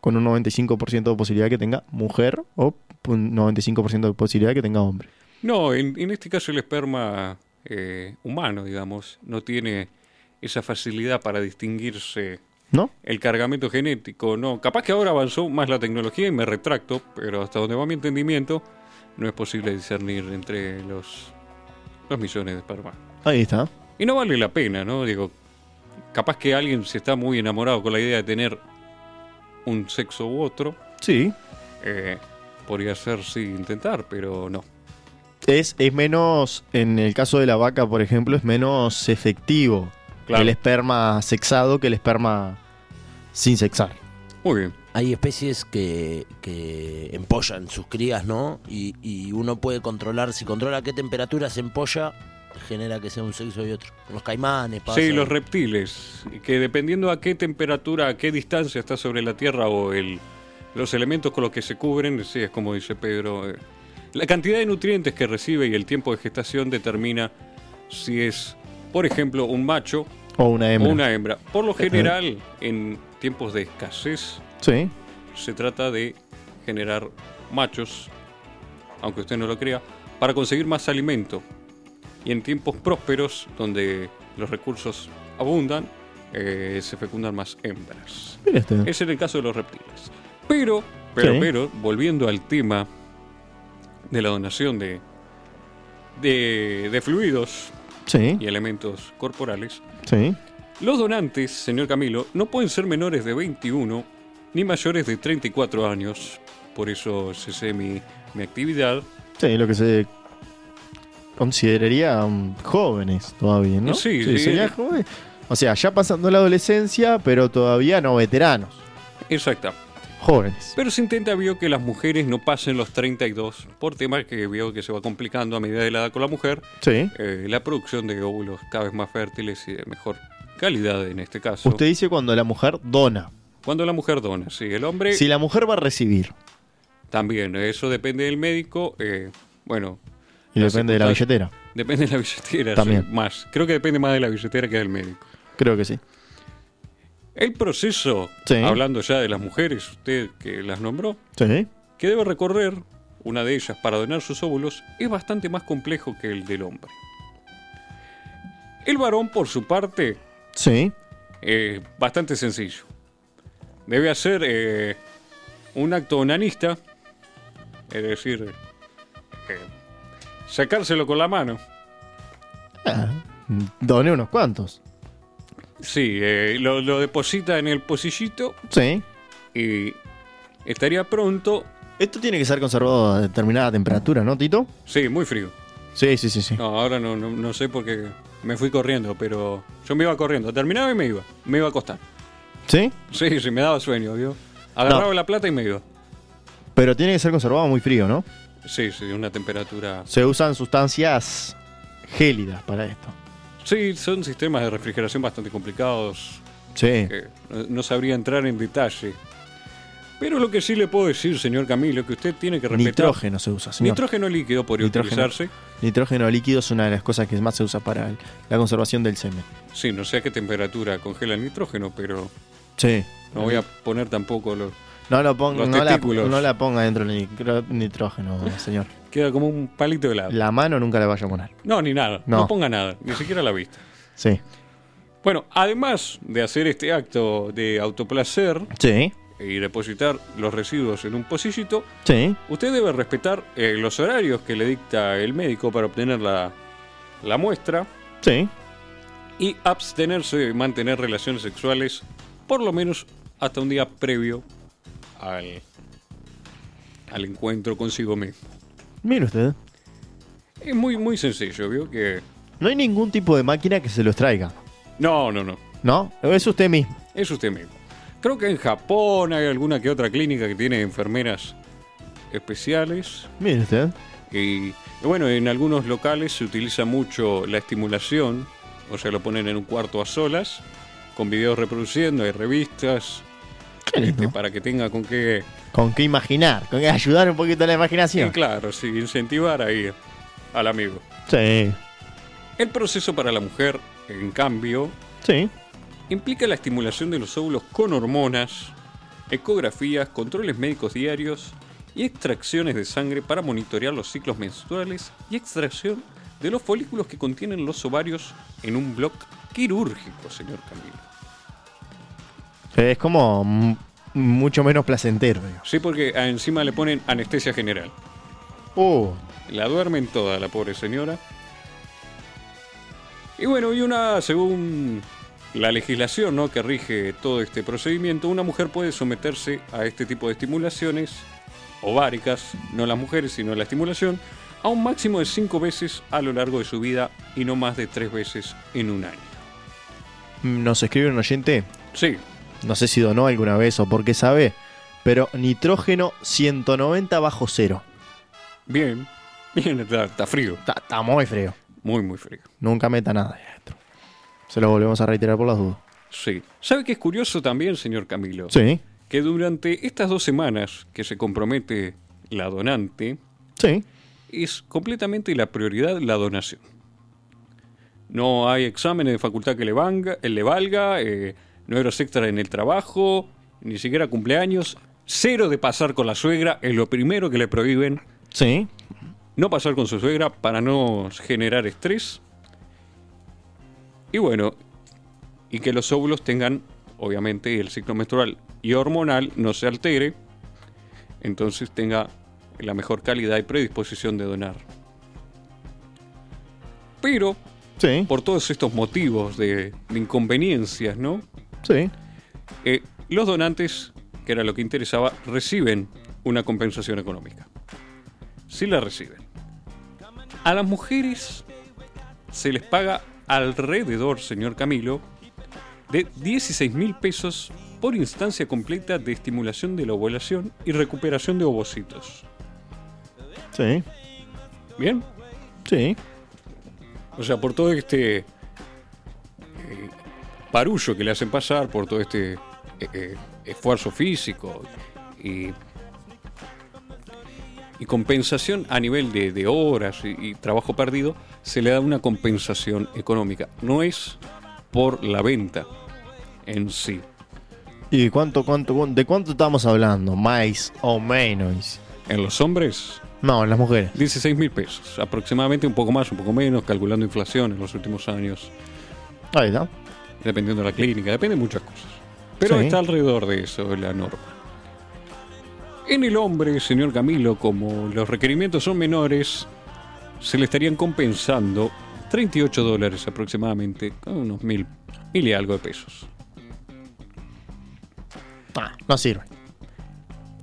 Speaker 2: con un 95% de posibilidad que tenga mujer o un 95% de posibilidad que tenga hombre.
Speaker 1: No, en, en este caso el esperma eh, humano, digamos, no tiene esa facilidad para distinguirse
Speaker 2: ¿No?
Speaker 1: el cargamento genético. No, capaz que ahora avanzó más la tecnología y me retracto, pero hasta donde va mi entendimiento, no es posible discernir entre los, los millones de esperma.
Speaker 2: Ahí está.
Speaker 1: Y no vale la pena, ¿no? Digo, capaz que alguien se está muy enamorado con la idea de tener un sexo u otro.
Speaker 2: Sí.
Speaker 1: eh, podría ser, sí, intentar, pero no.
Speaker 2: Es, es menos, en el caso de la vaca, por ejemplo, es menos efectivo
Speaker 1: Claro.
Speaker 2: el esperma sexado que el esperma sin sexar.
Speaker 1: Muy bien.
Speaker 3: Hay especies que, que empollan sus crías, ¿no? Y, y uno puede controlar, si controla qué temperatura se empolla, genera que sea un sexo y otro. Los caimanes, pasa.
Speaker 1: Sí, los reptiles, que dependiendo a qué temperatura, a qué distancia está sobre la Tierra o el, los elementos con los que se cubren, sí, es como dice Pedro, eh, la cantidad de nutrientes que recibe y el tiempo de gestación determina si es, por ejemplo, un macho
Speaker 2: O una hembra.
Speaker 1: o una hembra. Por lo general, en tiempos de escasez,
Speaker 2: Sí.
Speaker 1: se trata de generar machos, aunque usted no lo crea, para conseguir más alimento. Y en tiempos prósperos, donde los recursos abundan, eh, se fecundan más hembras.
Speaker 2: Mira este.
Speaker 1: Ese era el caso de los reptiles. Pero, pero,
Speaker 2: Sí.
Speaker 1: pero, volviendo al tema de la donación de, de, de fluidos
Speaker 2: Sí.
Speaker 1: y elementos corporales,
Speaker 2: Sí.
Speaker 1: los donantes, señor Camilo, no pueden ser menores de 21 ni mayores de 34 años. Por eso cesé mi, mi actividad.
Speaker 2: Sí, lo que se consideraría mm, jóvenes todavía, ¿no?
Speaker 1: Sí, sí.
Speaker 2: sería joven. O sea, ya pasando la adolescencia, pero todavía no veteranos,
Speaker 1: Exacta.
Speaker 2: jóvenes.
Speaker 1: Pero se intenta vio que las mujeres no pasen los 32 por temas que vio que se va complicando a medida de la edad con la mujer.
Speaker 2: Sí.
Speaker 1: eh, la producción de óvulos cada vez más fértiles y de mejor calidad en este caso.
Speaker 2: Usted dice cuando la mujer dona.
Speaker 1: Cuando la mujer dona, sí. El hombre
Speaker 2: Si la mujer va a recibir,
Speaker 1: también. Eso depende del médico. eh, bueno,
Speaker 2: y
Speaker 1: Las
Speaker 2: depende de la
Speaker 1: circunstancias.
Speaker 2: billetera,
Speaker 1: depende de la billetera. sí,
Speaker 2: También.
Speaker 1: más. Creo que depende más de la billetera que del médico.
Speaker 2: creo que sí.
Speaker 1: El proceso,
Speaker 2: Sí.
Speaker 1: hablando ya de las mujeres, usted que las nombró,
Speaker 2: Sí.
Speaker 1: que debe recorrer una de ellas para donar sus óvulos, es bastante más complejo que el del hombre. El varón, por su parte,
Speaker 2: Sí.
Speaker 1: eh, bastante sencillo. Debe hacer eh, un acto onanista, es decir, eh, sacárselo con la mano.
Speaker 2: Ah, doné unos cuantos.
Speaker 1: Sí, eh, lo, lo deposita en el pocillito
Speaker 2: Sí.
Speaker 1: y estaría pronto.
Speaker 2: Esto tiene que ser conservado a determinada temperatura, ¿no, Tito?
Speaker 1: Sí, muy frío.
Speaker 2: Sí, sí, sí, sí.
Speaker 1: No, ahora no, no, no sé porque me fui corriendo, pero yo me iba corriendo. Terminaba y me iba. Me iba a acostar.
Speaker 2: ¿Sí?
Speaker 1: Sí, sí, me daba sueño, ¿vio? Agarraba la plata y me iba.
Speaker 2: Pero tiene que ser conservado muy frío, ¿no?
Speaker 1: Sí, sí, una temperatura.
Speaker 2: Se usan sustancias gélidas para esto.
Speaker 1: Sí, son sistemas de refrigeración bastante complicados
Speaker 2: Sí.
Speaker 1: que no, no sabría entrar en detalle. Pero lo que sí le puedo decir, señor Camilo, que usted tiene que respetar.
Speaker 2: Nitrógeno se usa, señor.
Speaker 1: Nitrógeno líquido podría
Speaker 2: Nitrógeno.
Speaker 1: utilizarse.
Speaker 2: Nitrógeno líquido es una de las cosas que más se usa para el- la conservación del semen.
Speaker 1: Sí, no sé a qué temperatura congela el nitrógeno, pero
Speaker 2: Sí.
Speaker 1: no voy a poner tampoco lo.
Speaker 2: No, lo pong-
Speaker 1: Los
Speaker 2: no, la,
Speaker 1: testículos.
Speaker 2: no la ponga dentro del nitro- nitrógeno,
Speaker 1: *laughs*
Speaker 2: señor.
Speaker 1: Queda como un palito de helado.
Speaker 2: La mano nunca la vaya a poner.
Speaker 1: No, ni nada. No.
Speaker 2: No.
Speaker 1: ponga nada, ni siquiera la vista.
Speaker 2: Sí.
Speaker 1: Bueno, además de hacer este acto de autoplacer
Speaker 2: Sí.
Speaker 1: y depositar los residuos en un pocillito,
Speaker 2: Sí.
Speaker 1: usted debe respetar eh, los horarios que le dicta el médico para obtener la, la muestra
Speaker 2: Sí.
Speaker 1: y abstenerse de mantener relaciones sexuales por lo menos hasta un día previo al, al encuentro consigo mismo.
Speaker 2: Mire usted.
Speaker 1: Es muy, muy sencillo, ¿vio? Que...
Speaker 2: No hay ningún tipo de máquina que se los traiga.
Speaker 1: No, no, no.
Speaker 2: ¿No? Es usted mismo.
Speaker 1: Es usted mismo. Creo que en Japón hay alguna que otra clínica que tiene enfermeras especiales.
Speaker 2: Mire usted.
Speaker 1: Y bueno, en algunos locales se utiliza mucho la estimulación, o sea, lo ponen en un cuarto a solas, con videos reproduciendo, hay revistas,
Speaker 2: Qué lindo.
Speaker 1: este, para que tenga con qué.
Speaker 2: Con qué imaginar, con qué ayudar un poquito a la
Speaker 1: Sí,
Speaker 2: imaginación.
Speaker 1: claro, sí, incentivar ahí al amigo.
Speaker 2: Sí.
Speaker 1: El proceso para la mujer, en cambio,
Speaker 2: Sí.
Speaker 1: Implica la estimulación de los óvulos con hormonas, ecografías, controles médicos diarios y extracciones de sangre para monitorear los ciclos menstruales y extracción de los folículos que contienen los ovarios en un bloc quirúrgico, señor Camilo.
Speaker 2: Es como mm, mucho menos placentero. digo.
Speaker 1: Sí, porque a- encima le ponen anestesia general.
Speaker 2: Uh,
Speaker 1: La duermen toda la pobre señora. Y bueno, y una, según la legislación ¿no? que rige todo este procedimiento, una mujer puede someterse a este tipo de estimulaciones ováricas, no las mujeres, sino la estimulación, a un máximo de cinco veces a lo largo de su vida y no más de tres veces en un año.
Speaker 2: nos escribe un oyente,
Speaker 1: Sí,
Speaker 2: no sé si donó alguna vez o por qué sabe, pero nitrógeno 190 bajo cero.
Speaker 1: bien, bien, está, está frío,
Speaker 2: Está, está muy frío.
Speaker 1: muy, muy frío.
Speaker 2: Nunca meta nada ahí adentro. Se lo volvemos a reiterar por las dudas.
Speaker 1: Sí. ¿Sabe qué es curioso también, señor Camilo?
Speaker 2: Sí,
Speaker 1: que durante estas dos semanas que se compromete la donante,
Speaker 2: sí.
Speaker 1: es completamente la prioridad la donación. No hay exámenes de facultad que le, vanga- eh, le valga, eh, no eros extra en el trabajo, ni siquiera cumpleaños, cero de pasar con la suegra, es lo primero que le prohíben,
Speaker 2: Sí.
Speaker 1: no pasar con su suegra para no generar estrés. Y bueno, y que los óvulos tengan, obviamente, el ciclo menstrual y hormonal no se altere, entonces tenga la mejor calidad y predisposición de donar. Pero,
Speaker 2: Sí.
Speaker 1: por todos estos motivos de, de inconveniencias, ¿no?
Speaker 2: Sí.
Speaker 1: Eh, los donantes, que era lo que interesaba, reciben una compensación económica. Sí la reciben. A las mujeres se les paga alrededor, señor Camilo, de 16 mil pesos por instancia completa de estimulación de la ovulación y recuperación de ovocitos.
Speaker 2: Sí.
Speaker 1: ¿Bien?
Speaker 2: Sí.
Speaker 1: O sea, por todo este eh, parullo que le hacen pasar, por todo este eh, eh, esfuerzo físico y, y compensación a nivel de, de horas y, y trabajo perdido, se le da una compensación económica. No es por la venta en sí.
Speaker 2: ¿Y cuánto, cuánto, cuánto- de cuánto estamos hablando? ¿Más o menos?
Speaker 1: En los hombres,
Speaker 2: No, en las mujeres.
Speaker 1: 16 mil pesos, aproximadamente un poco más, un poco menos, calculando inflación en los últimos años.
Speaker 2: Ahí está.
Speaker 1: dependiendo de la clínica, depende de muchas cosas. Pero
Speaker 2: Sí.
Speaker 1: está alrededor de eso la norma. En el hombre, señor Camilo, como los requerimientos son menores, se le estarían compensando 38 dólares aproximadamente, con unos mil, mil y algo de pesos.
Speaker 2: Ah, no sirve.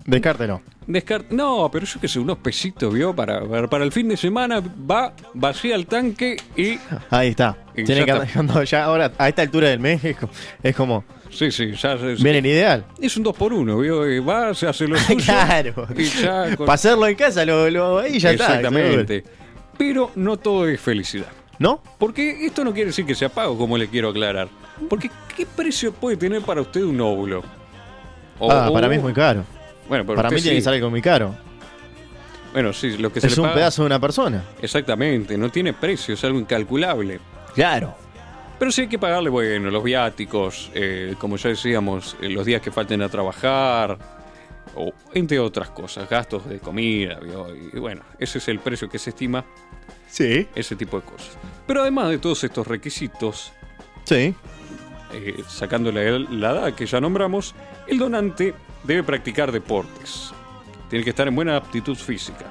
Speaker 2: Descártelo.
Speaker 1: Descar- no, pero yo que sé, unos pesitos, ¿vio? Para, para- para el fin de semana va, vacía el tanque y...
Speaker 2: Ahí está.
Speaker 1: Y ya
Speaker 2: Tiene que
Speaker 1: está.
Speaker 2: andar- no, ya ahora, a esta altura del mes, es como, es como
Speaker 1: Sí, sí, ya se-
Speaker 2: vienen ideal.
Speaker 1: es un dos por uno, ¿vio? Eh, Va, se hace lo suyo
Speaker 2: *laughs* claro.
Speaker 1: y ya
Speaker 2: *laughs*
Speaker 1: con-
Speaker 2: Para hacerlo en casa, lo, lo- ahí ya está.
Speaker 1: Exactamente. Pero no todo es felicidad.
Speaker 2: ¿No?
Speaker 1: Porque esto no quiere decir que sea pago, como le quiero aclarar. Porque, ¿qué precio puede tener para usted un óvulo? O-
Speaker 2: ah,
Speaker 1: o-
Speaker 2: para mí es muy caro.
Speaker 1: Bueno, pero
Speaker 2: para
Speaker 1: usted
Speaker 2: mí tiene
Speaker 1: sí.
Speaker 2: que salir con mi caro.
Speaker 1: Bueno, sí, lo que se
Speaker 2: Es
Speaker 1: le
Speaker 2: un
Speaker 1: paga-
Speaker 2: pedazo de una persona.
Speaker 1: Exactamente, no tiene precio, es algo incalculable.
Speaker 2: Claro.
Speaker 1: Pero sí hay que pagarle, bueno, los viáticos, eh, como ya decíamos, eh, los días que falten a trabajar, o entre otras cosas, gastos de comida, ¿vio? y bueno, ese es el precio que se estima
Speaker 2: Sí.
Speaker 1: ese tipo de cosas. Pero además de todos estos requisitos,
Speaker 2: Sí.
Speaker 1: eh, sacando la, la edad que ya nombramos, el donante debe practicar deportes. Tiene que estar en buena aptitud física.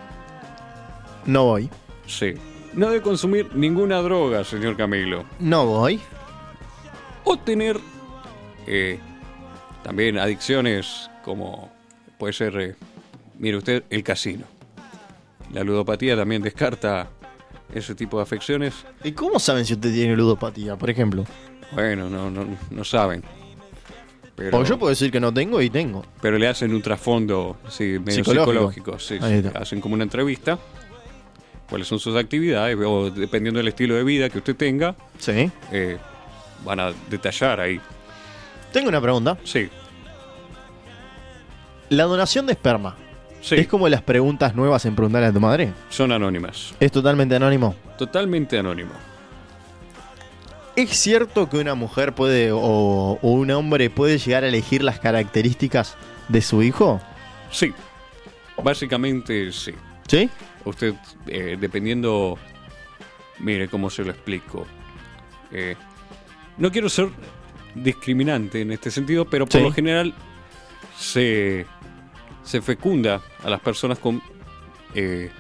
Speaker 2: No voy.
Speaker 1: Sí. No debe consumir ninguna droga, señor Camilo.
Speaker 2: No voy.
Speaker 1: O tener eh, también adicciones como puede ser, eh, mire usted, el casino. La ludopatía también descarta ese tipo de afecciones.
Speaker 2: ¿Y cómo saben si usted tiene ludopatía, por ejemplo?
Speaker 1: Bueno, no, no, no saben. Pero...
Speaker 2: O Pues yo puedo decir que no tengo y tengo.
Speaker 1: pero le hacen un trasfondo sí, medio
Speaker 2: Psicológico.
Speaker 1: psicológico. sí,
Speaker 2: Ahí
Speaker 1: sí.
Speaker 2: está.
Speaker 1: Hacen como una entrevista, cuáles son sus actividades, o dependiendo del estilo de vida que usted tenga,
Speaker 2: Sí.
Speaker 1: eh, van a detallar ahí.
Speaker 2: Tengo una pregunta.
Speaker 1: Sí,
Speaker 2: La donación de esperma.
Speaker 1: sí,
Speaker 2: Es como las preguntas nuevas en preguntarle a tu madre.
Speaker 1: son anónimas.
Speaker 2: Es totalmente anónimo.
Speaker 1: Totalmente anónimo.
Speaker 2: ¿Es cierto que una mujer puede o, o un hombre puede llegar a elegir las características de su hijo?
Speaker 1: Sí, básicamente sí.
Speaker 2: ¿Sí?
Speaker 1: Usted, eh, dependiendo, mire cómo se lo explico. Eh, no quiero ser discriminante en este sentido, pero por
Speaker 2: Sí.
Speaker 1: lo general se, se fecunda a las personas con eh,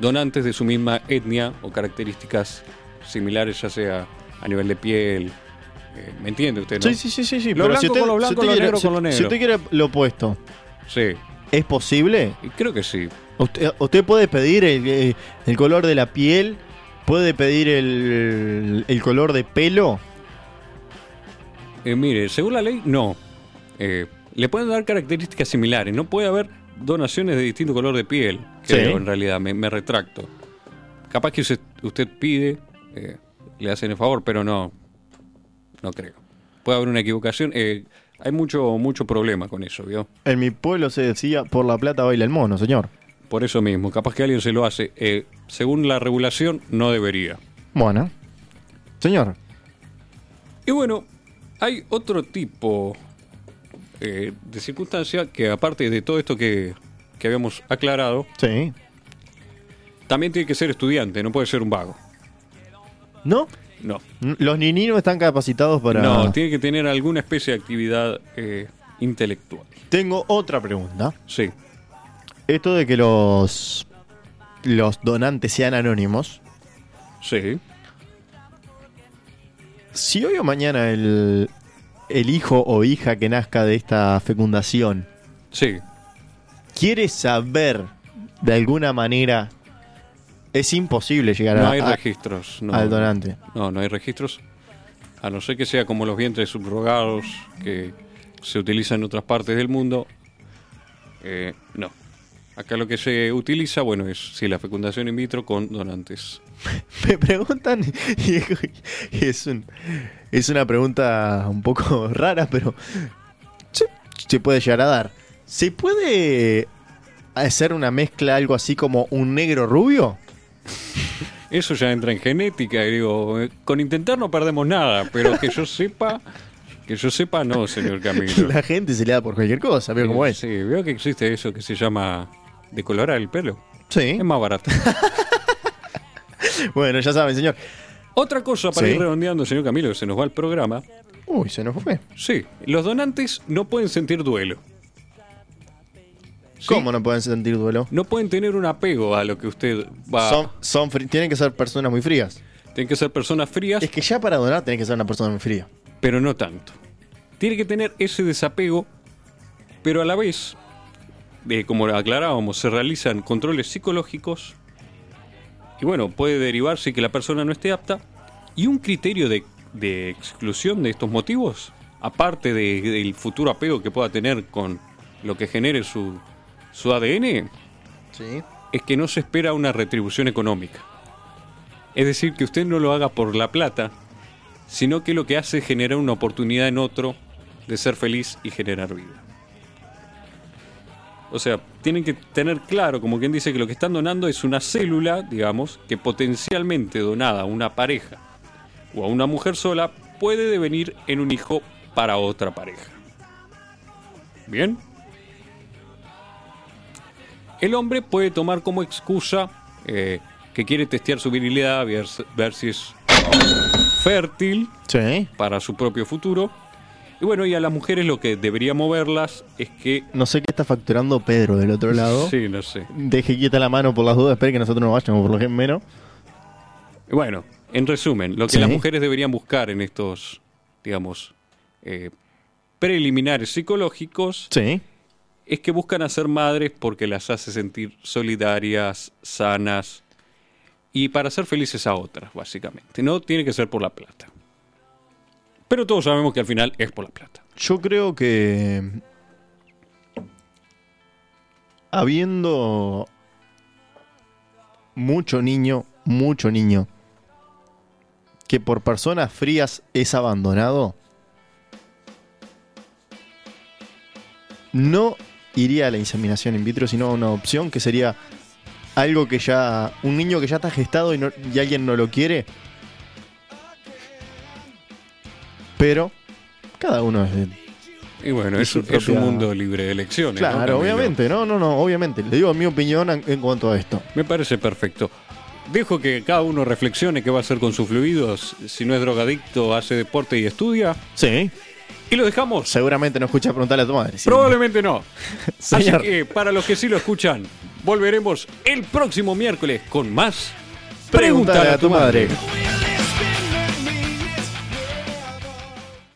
Speaker 1: donantes de su misma etnia o características similares, ya sea a nivel de piel. eh, ¿Me entiende usted? no?
Speaker 2: Sí, sí, sí, sí, sí.
Speaker 1: Lo
Speaker 2: pero si
Speaker 1: blanco
Speaker 2: usted,
Speaker 1: con lo
Speaker 2: si
Speaker 1: blanco,
Speaker 2: usted
Speaker 1: lo
Speaker 2: quiere-
Speaker 1: negro
Speaker 2: si-
Speaker 1: con lo
Speaker 2: Si
Speaker 1: negro.
Speaker 2: usted quiere lo opuesto,
Speaker 1: Sí,
Speaker 2: ¿es posible?
Speaker 1: y creo que sí.
Speaker 2: Usted, usted puede pedir el, eh, el color de la piel, puede pedir el, el color de pelo.
Speaker 1: Eh, mire, según la ley, no. Eh, le pueden dar características similares. No puede haber donaciones de distinto color de piel.
Speaker 2: Sí.
Speaker 1: Creo, en realidad, me, me retracto. Capaz que usted, usted pide, eh, le hacen el favor, pero no. No creo. Puede haber una equivocación. eh, hay mucho, mucho problema con eso, ¿vio?
Speaker 2: En mi pueblo se decía, por la plata baila el mono, señor.
Speaker 1: Por eso mismo. Capaz que alguien se lo hace. Eh, según la regulación, no debería.
Speaker 2: Bueno. Señor.
Speaker 1: Y bueno, hay otro tipo eh, de circunstancia que aparte de todo esto que, que habíamos aclarado,
Speaker 2: Sí.
Speaker 1: también tiene que ser estudiante, no puede ser un vago.
Speaker 2: ¿No?
Speaker 1: No.
Speaker 2: Los nininos están capacitados para...
Speaker 1: No, tiene que tener alguna especie de actividad eh, intelectual.
Speaker 2: Tengo otra pregunta.
Speaker 1: Sí.
Speaker 2: Esto de que los, los donantes sean anónimos.
Speaker 1: Sí.
Speaker 2: Si hoy o mañana el, el hijo o hija que nazca de esta fecundación
Speaker 1: Sí.
Speaker 2: quiere saber de alguna manera, es imposible llegar
Speaker 1: No
Speaker 2: a-
Speaker 1: hay
Speaker 2: a-
Speaker 1: registros. No,
Speaker 2: al donante.
Speaker 1: No, no hay registros. A no ser que sea como los vientres subrogados que se utilizan en otras partes del mundo. Eh, no. Acá lo que se utiliza, bueno, es si la fecundación in vitro con donantes.
Speaker 2: *laughs* Me preguntan, y es- y es, un- es una pregunta un poco *laughs* rara, pero se, se puede llegar a dar. ¿Se puede hacer una mezcla, algo así como un negro rubio?
Speaker 1: Eso ya entra en genética, y digo, eh, con intentar no perdemos nada, pero que yo sepa, que yo sepa no, señor
Speaker 2: *laughs*
Speaker 1: Camilo.
Speaker 2: La gente se le da por cualquier cosa, pero como es.
Speaker 1: Sí, veo que existe eso que se llama decolorar el pelo.
Speaker 2: Sí.
Speaker 1: Es más barato.
Speaker 2: Bueno, ya saben, señor.
Speaker 1: Otra cosa para
Speaker 2: Sí.
Speaker 1: ir redondeando, señor Camilo, que se nos va el programa.
Speaker 2: Uy, se nos fue.
Speaker 1: Sí, los donantes no pueden sentir duelo. Sí,
Speaker 2: ¿Cómo no pueden sentir duelo?
Speaker 1: No pueden tener un apego a lo que usted va.
Speaker 2: Son, son fri- tienen que ser personas muy frías.
Speaker 1: Tienen que ser personas frías,
Speaker 2: Es que ya para donar tenés que ser una persona muy fría.
Speaker 1: pero no tanto. Tiene que tener ese desapego, pero a la vez, eh, como aclarábamos, se realizan controles psicológicos y bueno, puede derivarse que la persona no esté apta. Y un criterio de, de exclusión de estos motivos, aparte de- del futuro apego que pueda tener con lo que genere su, su ADN,
Speaker 2: Sí.
Speaker 1: es que no se espera una retribución económica. Es decir, que usted no lo haga por la plata, sino que lo que hace es generar una oportunidad en otro de ser feliz y generar vida. O sea, tienen que tener claro, como quien dice, que lo que están donando es una célula, digamos, que potencialmente donada a una pareja o a una mujer sola puede devenir en un hijo para otra pareja. ¿Bien? El hombre puede tomar como excusa eh, que quiere testear su virilidad, ver, ver si es fértil
Speaker 2: Sí.
Speaker 1: para su propio futuro. Y bueno, y a las mujeres lo que debería moverlas es que...
Speaker 2: No sé qué está facturando Pedro del otro lado.
Speaker 1: Sí, no sé.
Speaker 2: Deje quieta la mano por las dudas, espere que nosotros no vayamos, por lo menos.
Speaker 1: Bueno, en resumen, lo que
Speaker 2: Sí.
Speaker 1: las mujeres deberían buscar en estos, digamos, eh, preliminares psicológicos
Speaker 2: Sí.
Speaker 1: es que buscan hacer madres porque las hace sentir solidarias, sanas y para ser felices a otras, básicamente. No tiene que ser por la plata. Pero todos sabemos que al final es por la plata.
Speaker 2: Yo creo que. Habiendo. Mucho niño, mucho niño. Que por personas frías es abandonado. No iría a la inseminación in vitro, sino a una opción que sería algo que ya. Un niño que ya está gestado y, no- y alguien no lo quiere. Pero cada uno es de-
Speaker 1: Y bueno,
Speaker 2: Y
Speaker 1: es,
Speaker 2: su
Speaker 1: es un
Speaker 2: propia-
Speaker 1: mundo libre de elecciones. ¿no,
Speaker 2: Claro,
Speaker 1: Camilo?
Speaker 2: obviamente, no, no, no, obviamente. Le digo mi opinión en, en cuanto a esto.
Speaker 1: Me parece perfecto. Dejo que cada uno reflexione qué va a hacer con sus fluidos. Si no es drogadicto, hace deporte y estudia.
Speaker 2: Sí.
Speaker 1: Y lo dejamos.
Speaker 2: Seguramente no escucha preguntarle a tu madre. sí.
Speaker 1: Probablemente no. Así
Speaker 2: *laughs* Señor.
Speaker 1: que para los que sí lo escuchan, volveremos el próximo miércoles con más. Preguntar
Speaker 2: Preguntale a tu madre.
Speaker 4: We're